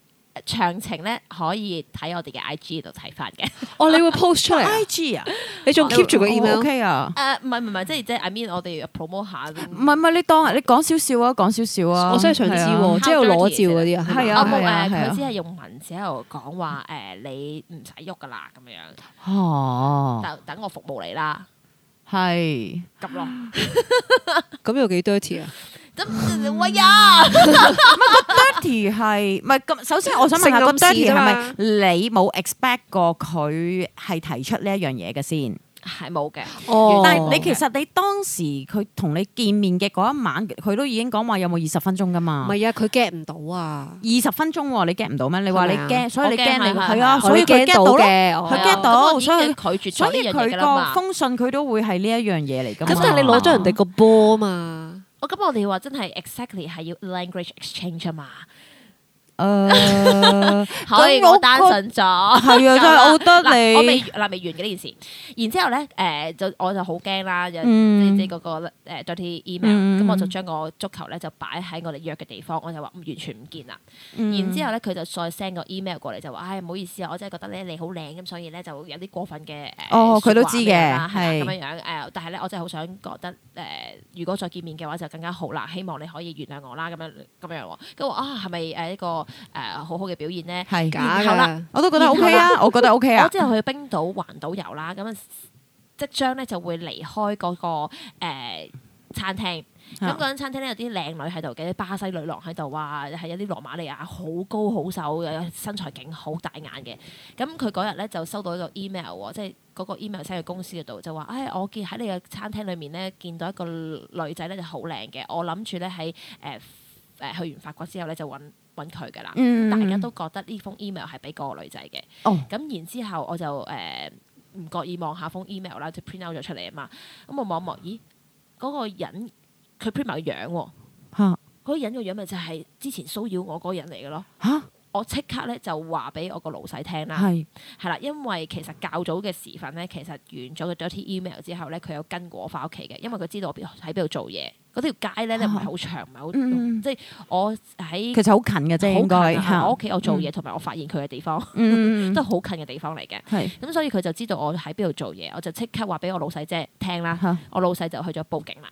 [SPEAKER 4] 詳情咧可以睇我哋嘅 IG 度睇 翻嘅。
[SPEAKER 3] 哦，
[SPEAKER 4] à,
[SPEAKER 3] 你會 post 出嚟啊
[SPEAKER 5] I？G 啊，
[SPEAKER 3] 你仲 keep 住個 email？
[SPEAKER 5] OK 啊，
[SPEAKER 4] 誒唔係唔係，即係即係 I mean 我哋 promote 下。
[SPEAKER 5] 唔係唔係，你當係你講少少啊，講少少啊，
[SPEAKER 3] 我真係想知
[SPEAKER 5] 係
[SPEAKER 3] 喎，
[SPEAKER 5] 啊
[SPEAKER 3] 即係有裸照嗰啲啊，係咪
[SPEAKER 5] 係
[SPEAKER 4] 我
[SPEAKER 5] 啊
[SPEAKER 4] 冇誒，
[SPEAKER 5] 係啊
[SPEAKER 4] 佢只係用文字喺度講話誒，你唔使喐噶啦咁樣，
[SPEAKER 5] 哦，
[SPEAKER 4] 就等我服務你啦
[SPEAKER 5] 係
[SPEAKER 4] 咁咯。
[SPEAKER 3] 咁有幾 dirty à? 啊？
[SPEAKER 4] 咁喂呀，
[SPEAKER 5] dirty 係，唔係咁？首先我想問下
[SPEAKER 3] 性
[SPEAKER 5] 個
[SPEAKER 3] 暗示
[SPEAKER 5] dirty
[SPEAKER 3] 啫
[SPEAKER 5] 係
[SPEAKER 3] 嘛
[SPEAKER 5] 咪你冇 expect 過佢係提出呢一樣嘢嘅先？
[SPEAKER 4] 係冇嘅，
[SPEAKER 3] 哦
[SPEAKER 5] 但係你其實你當時佢同你見面嘅嗰一晚，佢都已經講話有冇二十分鐘噶
[SPEAKER 3] 唔
[SPEAKER 5] 嘛？
[SPEAKER 3] 係啊，佢 get 唔到啊，
[SPEAKER 5] 二十分鐘喎，你 get 唔到咩？你話你
[SPEAKER 3] 係咪啊
[SPEAKER 5] 驚，所以你
[SPEAKER 4] 我驚
[SPEAKER 5] 驚你
[SPEAKER 4] 係
[SPEAKER 5] 係
[SPEAKER 4] 係
[SPEAKER 5] 啊，所以
[SPEAKER 3] 我
[SPEAKER 5] 佢 get
[SPEAKER 3] 到
[SPEAKER 5] 到咯。
[SPEAKER 3] 嘅，
[SPEAKER 5] 佢
[SPEAKER 3] 佢
[SPEAKER 5] get 到
[SPEAKER 4] 咁我已經拒絕
[SPEAKER 5] 所
[SPEAKER 4] 咗
[SPEAKER 5] 以
[SPEAKER 4] 呢樣嘢㗎
[SPEAKER 5] 佢
[SPEAKER 4] 啦
[SPEAKER 5] 個
[SPEAKER 4] 嘛。
[SPEAKER 5] 封信佢都會係呢一樣嘢嚟㗎嘛。
[SPEAKER 3] 咁啊但係你攞咗 人哋個波嘛？
[SPEAKER 4] 我哦咁我哋話真係 exactly 係要 language exchange 啊嘛，可以
[SPEAKER 5] 誒呃咁我
[SPEAKER 4] 我單純咗。
[SPEAKER 5] 係啊，真係我覺得
[SPEAKER 4] 嗱，我未
[SPEAKER 5] 你
[SPEAKER 4] 嗱未完嘅呢件事，然之後咧誒就我就好驚啦，有
[SPEAKER 5] 嗯
[SPEAKER 4] 即係嗰個誒 dirty
[SPEAKER 5] 嗯
[SPEAKER 4] email，咁我就將個足球咧就擺喺我哋約嘅地方，我就話唔嗯完全唔見啦。嗯
[SPEAKER 5] 嗯
[SPEAKER 4] 然之後咧，佢就再 send 個 email 過嚟，就話：唉，唔好意思啊，我真係覺得咧你好靚，咁所以咧就有啲過分嘅誒。
[SPEAKER 5] 哦佢都
[SPEAKER 4] 説話
[SPEAKER 5] 知
[SPEAKER 4] 咁
[SPEAKER 5] 嘅
[SPEAKER 4] 樣啦係啦咁
[SPEAKER 5] 係
[SPEAKER 4] 樣樣誒，但係咧我真係好想覺得誒，如果再見面嘅話就更加好啦，希望你可以原諒我啦，咁樣咁樣喎。跟住我啊，係咪誒一個誒好好嘅表現咧？
[SPEAKER 5] 係
[SPEAKER 3] 假
[SPEAKER 4] 然後
[SPEAKER 3] 㗎
[SPEAKER 4] 啦。
[SPEAKER 5] 嗯我都覺得
[SPEAKER 4] 然後
[SPEAKER 5] OK 啊，我覺得 OK
[SPEAKER 4] 我
[SPEAKER 5] 啊。
[SPEAKER 4] 之後去冰島環島遊啦，咁啊即將咧就會離開嗰個誒餐廳。咁嗰間餐廳咧有啲靚女喺度嘅，啲巴西女郎喺度啊，係有啲羅馬尼亞好高好瘦嘅，身材勁好大眼嘅。咁佢嗰日咧就收到一個 email 喎，即係嗰個 email send 去公司嗰度就話：，唉、我見喺你嘅餐廳裏面咧見到一個女仔咧就好靚嘅，我諗住咧喺誒誒去完法國之後咧就揾揾佢噶啦。
[SPEAKER 5] 嗯
[SPEAKER 4] 大家都覺得呢封 email 係俾嗰個女仔嘅。
[SPEAKER 5] 哦
[SPEAKER 4] 咁然之後我就誒唔覺意望下封 email 啦，就 print out 咗出嚟啊嘛。咁我望一望，咦，嗰、個人佢 print 埋個樣喎，
[SPEAKER 5] 嚇
[SPEAKER 4] 嗰個人個樣咪就係之前騷擾我嗰個人嚟嘅咯。
[SPEAKER 5] 嚇
[SPEAKER 4] 我即刻咧就話俾我個老細聽啦，
[SPEAKER 5] 係
[SPEAKER 4] 係啦，因為其實較早嘅時分咧，其實完咗個 dirty email 之後咧，佢有跟過我翻屋企嘅，因為佢知道我邊喺邊度做嘢，嗰條街咧，你唔係好長，唔係好，
[SPEAKER 5] 嗯嗯
[SPEAKER 4] 即係我喺
[SPEAKER 5] 其實好近嘅啫，應
[SPEAKER 4] 好
[SPEAKER 5] 該
[SPEAKER 4] 近啊
[SPEAKER 5] 嚇
[SPEAKER 4] 我屋企我做嘢，同埋我發現佢嘅地方，
[SPEAKER 5] 嗯，
[SPEAKER 4] 都係好近嘅地方嚟嘅。
[SPEAKER 5] 係
[SPEAKER 4] 咁所以佢就知道我喺邊度做嘢，我就即刻話俾我老細姐聽啦。
[SPEAKER 5] 嚇。
[SPEAKER 4] 我老細就去咗報警啦。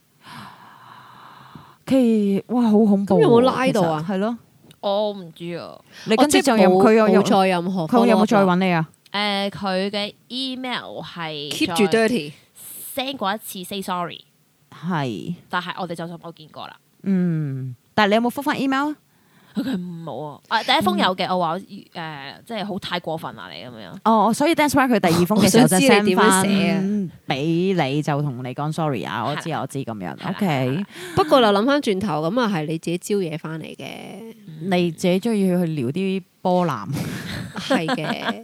[SPEAKER 5] 其哇好恐怖
[SPEAKER 3] 咁
[SPEAKER 5] 喎，
[SPEAKER 3] 有冇拉到啊
[SPEAKER 5] 其實？係咯，
[SPEAKER 4] 我唔知啊。
[SPEAKER 5] 你跟住就
[SPEAKER 3] 有
[SPEAKER 5] 有佢有有
[SPEAKER 3] 冇再任何
[SPEAKER 5] 佢有冇再
[SPEAKER 3] follow up 啊
[SPEAKER 5] 揾你啊？
[SPEAKER 4] 誒，佢嘅 email 係
[SPEAKER 3] keep 住 dirty？
[SPEAKER 4] 再 send 過一次 say sorry，
[SPEAKER 5] 係，
[SPEAKER 4] 但係我哋就算冇見過啦。
[SPEAKER 5] 嗯，但係你有冇覆翻 email 啊？
[SPEAKER 4] 佢冇啊！啊，第一封有嘅，我話我誒、即係好太過分啦，你咁樣。
[SPEAKER 5] 哦，所以 that's why 佢第二 封嘅時候
[SPEAKER 3] 我想知
[SPEAKER 5] 就
[SPEAKER 3] 你
[SPEAKER 5] send
[SPEAKER 3] 點樣寫啊
[SPEAKER 5] 翻俾你，就同你講 sorry 啊，我知
[SPEAKER 4] 係啦
[SPEAKER 5] 我知咁樣
[SPEAKER 4] 啦係
[SPEAKER 5] ，OK，
[SPEAKER 4] 啦
[SPEAKER 3] 不過又諗翻轉頭，咁啊係你自己招嘢翻嚟嘅，
[SPEAKER 5] 你自己中意去撩啲波男，
[SPEAKER 3] 係嘅。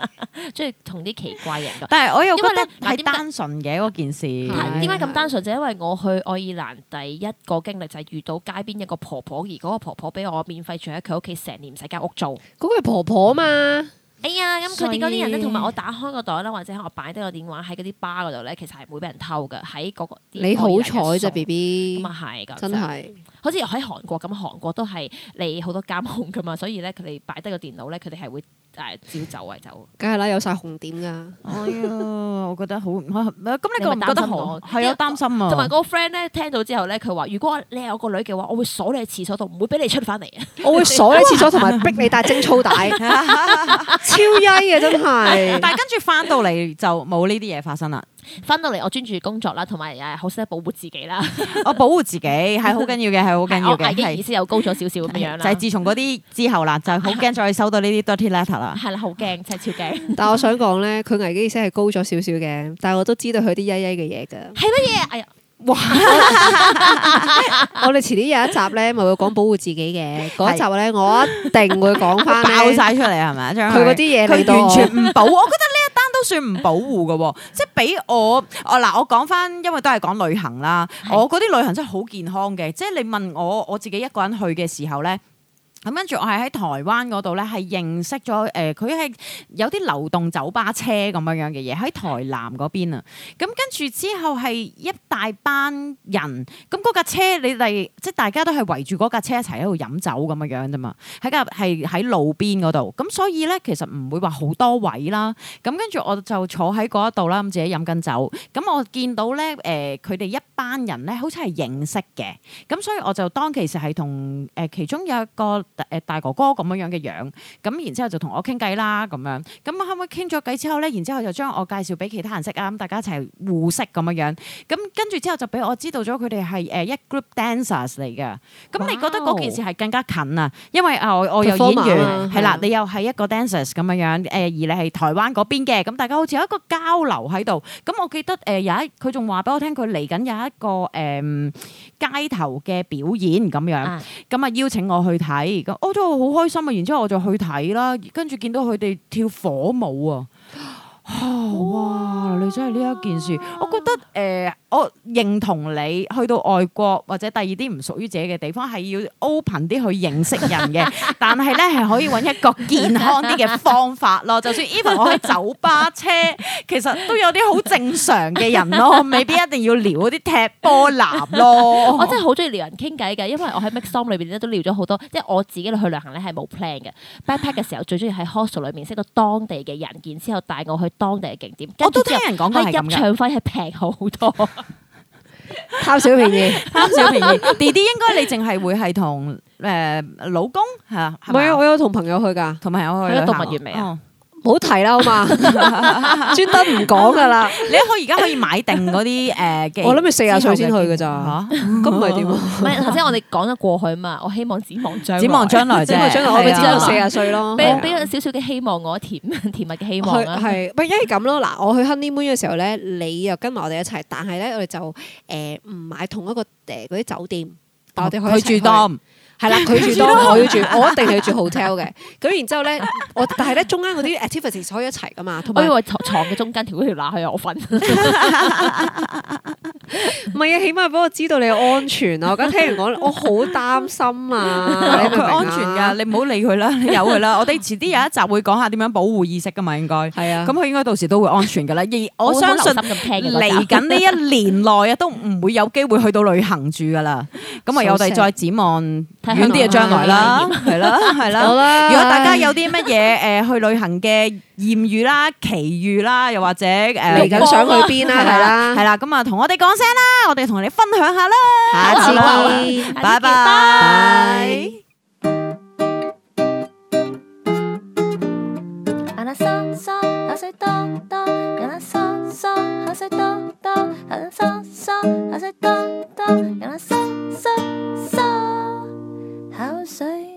[SPEAKER 4] 即係同啲奇怪人講。
[SPEAKER 5] 但係我又覺
[SPEAKER 4] 因為
[SPEAKER 5] 得
[SPEAKER 4] 呢嗱
[SPEAKER 5] 係
[SPEAKER 4] 點解啊
[SPEAKER 5] 單純嘅嗰件事，
[SPEAKER 4] 但
[SPEAKER 3] 係
[SPEAKER 4] 點解咁單純？就因為我去愛爾蘭第一個經歷就係遇到街邊一個婆婆，而嗰個婆婆俾我免費住喺佢屋企成年，唔使間屋租。
[SPEAKER 3] 嗰個係婆婆嘛，
[SPEAKER 4] 哎呀，咁佢哋嗰啲人
[SPEAKER 5] 所
[SPEAKER 4] 咧，
[SPEAKER 5] 以
[SPEAKER 4] 同埋我打開個袋啦，或者我擺低個電話喺嗰啲巴嗰度咧，其實係唔會俾人偷嘅。喺嗰個
[SPEAKER 3] 你好彩啫，B
[SPEAKER 4] B。
[SPEAKER 3] B，
[SPEAKER 4] 咁啊係㗎，
[SPEAKER 3] 真係
[SPEAKER 4] 好似喺韓國咁，韓國都係你好多監控㗎嘛，所以咧佢哋擺低個電腦咧，佢哋係會誒照走啊為走。
[SPEAKER 3] 梗係啦，有晒紅點㗎。
[SPEAKER 5] 哎呀，我覺得好，啊咁
[SPEAKER 4] 你
[SPEAKER 5] 你
[SPEAKER 4] 咪
[SPEAKER 5] 覺唔覺
[SPEAKER 4] 擔
[SPEAKER 5] 得
[SPEAKER 4] 心
[SPEAKER 5] 好？
[SPEAKER 4] 我
[SPEAKER 5] 係啊，擔心啊，
[SPEAKER 4] 同埋個 friend 咧聽到之後咧，佢話：如果你有個女嘅話，我會鎖你喺廁所度，唔會俾你出翻嚟啊！
[SPEAKER 3] 我會鎖喺廁所同埋逼你帶貞操 帶，超曳啊！真 係。
[SPEAKER 5] 但係跟住翻到嚟就冇呢啲嘢發生啦。
[SPEAKER 4] 翻到嚟我專注工作啦，同埋誒好識得保護自己啦，
[SPEAKER 5] 我啊保護自己係好緊要嘅，係好緊 要
[SPEAKER 4] 我危
[SPEAKER 5] 嘅，
[SPEAKER 4] 機意
[SPEAKER 5] 係
[SPEAKER 4] 識又高咗少少咁樣啦。
[SPEAKER 5] 就係自從嗰啲之後啦，就好驚再收到呢啲 dirty letter 啦。
[SPEAKER 4] 係啦，好驚，真係超驚。
[SPEAKER 5] 嗯
[SPEAKER 3] 但我想講咧，佢危機意識係高咗少少嘅，但係我都知道佢啲曳曳嘅嘢㗎。
[SPEAKER 4] 係乜嘢？哎呀，
[SPEAKER 3] 哇！ 我哋遲啲有一集咧，咪會講保護自己嘅嗰一集咧，我一定會講翻
[SPEAKER 5] 爆
[SPEAKER 3] 咧。
[SPEAKER 5] 晒出嚟係咪啊？將
[SPEAKER 3] 佢嗰啲嘢嚟
[SPEAKER 5] 佢
[SPEAKER 3] 到
[SPEAKER 5] 完
[SPEAKER 3] 我，
[SPEAKER 5] 全唔保，我覺得呢一單都算唔保護嘅喎， 即係俾我我嗱，我講翻，因為都係講旅行啦，
[SPEAKER 4] 係
[SPEAKER 5] 我嗰啲旅行真係好健康嘅，即係你問我我自己一個人去嘅時候咧。咁跟住我係喺台灣嗰度咧，係認識咗誒，佢、係有啲流動酒吧車咁樣樣嘅嘢喺台南嗰邊啊。咁跟住之後係一大班人，咁嗰架車你哋即係大家都係圍住嗰架車一齊喺度飲酒咁樣樣啫嘛。喺架係喺路邊嗰度，咁所以咧其實唔會話好多位啦。咁跟住我就坐喺嗰一度啦，咁自己飲緊酒。咁我見到咧誒，佢哋一班人咧，好似係認識嘅。咁所以我就當其時係同誒其中有一個誒大哥哥咁樣樣嘅樣。咁然之後就同我傾偈啦，咁樣。咁後尾傾咗偈之後咧，然之後就將我介紹俾其他人識啊，咁大家一齊互識咁樣樣。咁跟住之後就俾我知道咗佢哋係誒一 group dancers 嚟嘅。咁你覺得嗰件事係更加近啊？因為啊，我我有演
[SPEAKER 3] Performer
[SPEAKER 5] 員
[SPEAKER 3] 啊
[SPEAKER 5] 係啦
[SPEAKER 3] 係啊，
[SPEAKER 5] 你又係一個 dancers 咁樣樣，誒而你係台灣嗰邊嘅，咁大家好似有一個交流喺度。咁我記得誒有一佢仲話俾我聽，佢嚟緊有一個誒、街頭嘅表演咁樣
[SPEAKER 4] 啊，
[SPEAKER 5] 咁啊邀請我去睇，咁我都好開心啊！然之後我就去睇啦，跟住見到佢哋跳火舞啊！哇！你真係呢一件事，我覺得誒、呃我認同你去到外國或者第二啲唔屬於自己嘅地方，係要 open 啲去認識人 嘅。但係咧係可以揾一個健康啲嘅方法 咯。就算 even 我喺酒吧車，其實都有啲好正常嘅人咯，未必一定要撩嗰啲踢波男咯。
[SPEAKER 4] 我真係好中意撩人傾偈嘅，因為我喺 Mix Song 裏邊咧都撩咗好多，即係我自己去旅行咧係冇 plan 嘅。backpack 嘅時候最中意喺 hostel 裏面識到當地嘅人，然之後帶我去當地嘅景點，
[SPEAKER 5] 我
[SPEAKER 4] 跟
[SPEAKER 5] 都
[SPEAKER 4] 住
[SPEAKER 5] 聽
[SPEAKER 4] 之後
[SPEAKER 5] 人講過係
[SPEAKER 4] 係
[SPEAKER 5] 咁
[SPEAKER 4] 入
[SPEAKER 5] 嘅，
[SPEAKER 4] 場費係平好 多。
[SPEAKER 3] 貪小便宜。
[SPEAKER 5] 貪小便宜。 弟弟應該你淨係會係同誒老公係啊，
[SPEAKER 3] 唔
[SPEAKER 5] 係嘛
[SPEAKER 3] 係啊，我有同朋友去㗎，
[SPEAKER 5] 同埋我去
[SPEAKER 4] 去咗
[SPEAKER 5] 旅行
[SPEAKER 4] 動物園未啊
[SPEAKER 5] 哦
[SPEAKER 3] 唔好提啦，好 嘛？專登唔講㗎啦。
[SPEAKER 5] 你可以而家可以買定嗰啲誒嘅，
[SPEAKER 3] 我諗你40歲先去㗎咋
[SPEAKER 5] 嚇
[SPEAKER 3] 咁唔係點啊？
[SPEAKER 4] 唔係頭先我哋講咗過去嘛，我希望展望將來
[SPEAKER 5] 展望將來啫，
[SPEAKER 3] 因為將來我咪只
[SPEAKER 5] 係啊
[SPEAKER 3] 有四十歲咯。
[SPEAKER 4] 俾俾咗少少嘅希望我甜甜蜜嘅希望
[SPEAKER 5] 啊
[SPEAKER 4] 啊
[SPEAKER 3] 係
[SPEAKER 4] 啦。
[SPEAKER 3] 係，唔係因為咁咯。嗱，我去 honeymoon 嘅時候咧，你又跟埋我哋一齊，但係咧我哋就誒唔、買同一個誒嗰啲酒店，但我哋可以一齊
[SPEAKER 5] 哦佢
[SPEAKER 3] 去
[SPEAKER 5] 住當
[SPEAKER 3] 係啦， 佢住多，我要住，我一定係住 hotel 嘅。咁然之後咧，我但係咧中間嗰啲 activities 哎可以一齊噶嘛，同
[SPEAKER 4] 我以
[SPEAKER 3] 埋
[SPEAKER 4] 為床嘅中間條嗰條罅係我瞓，
[SPEAKER 3] 唔係啊，起碼俾我知道你安全啊！我而家聽人講，我 好擔心啊！你
[SPEAKER 5] 佢安全㗎，你唔好理佢啦， 你由佢啦。我哋遲啲有一集會講下點樣保護意識㗎嘛，應該。
[SPEAKER 3] 㗎，係啊，
[SPEAKER 5] 咁佢應該到時都會安全㗎啦。而我
[SPEAKER 4] 會好
[SPEAKER 5] 相信
[SPEAKER 4] 留心咁聽嘅嗰集
[SPEAKER 5] 嚟緊呢一年內啊，都唔會有機會去到旅行住㗎啦。咁啊，我哋再展望遠啲嘅將來啦，係啦，係啦。
[SPEAKER 3] 好啦，
[SPEAKER 5] 如果大家有啲乜嘢誒去旅行嘅豔遇啦、奇遇啦，又或者誒
[SPEAKER 3] 嚟緊想去邊啦，係啦，
[SPEAKER 5] 係啦，咁啊同我哋講聲啦，我哋同你分享下啦，
[SPEAKER 3] 下次
[SPEAKER 5] 好啦
[SPEAKER 3] 見。
[SPEAKER 5] 拜拜。
[SPEAKER 1] 啊啦嗦嗦，口水多多，啊啦嗦嗦，口水多多，啊啦嗦嗦，口水多多，啊啦嗦嗦嗦，口水。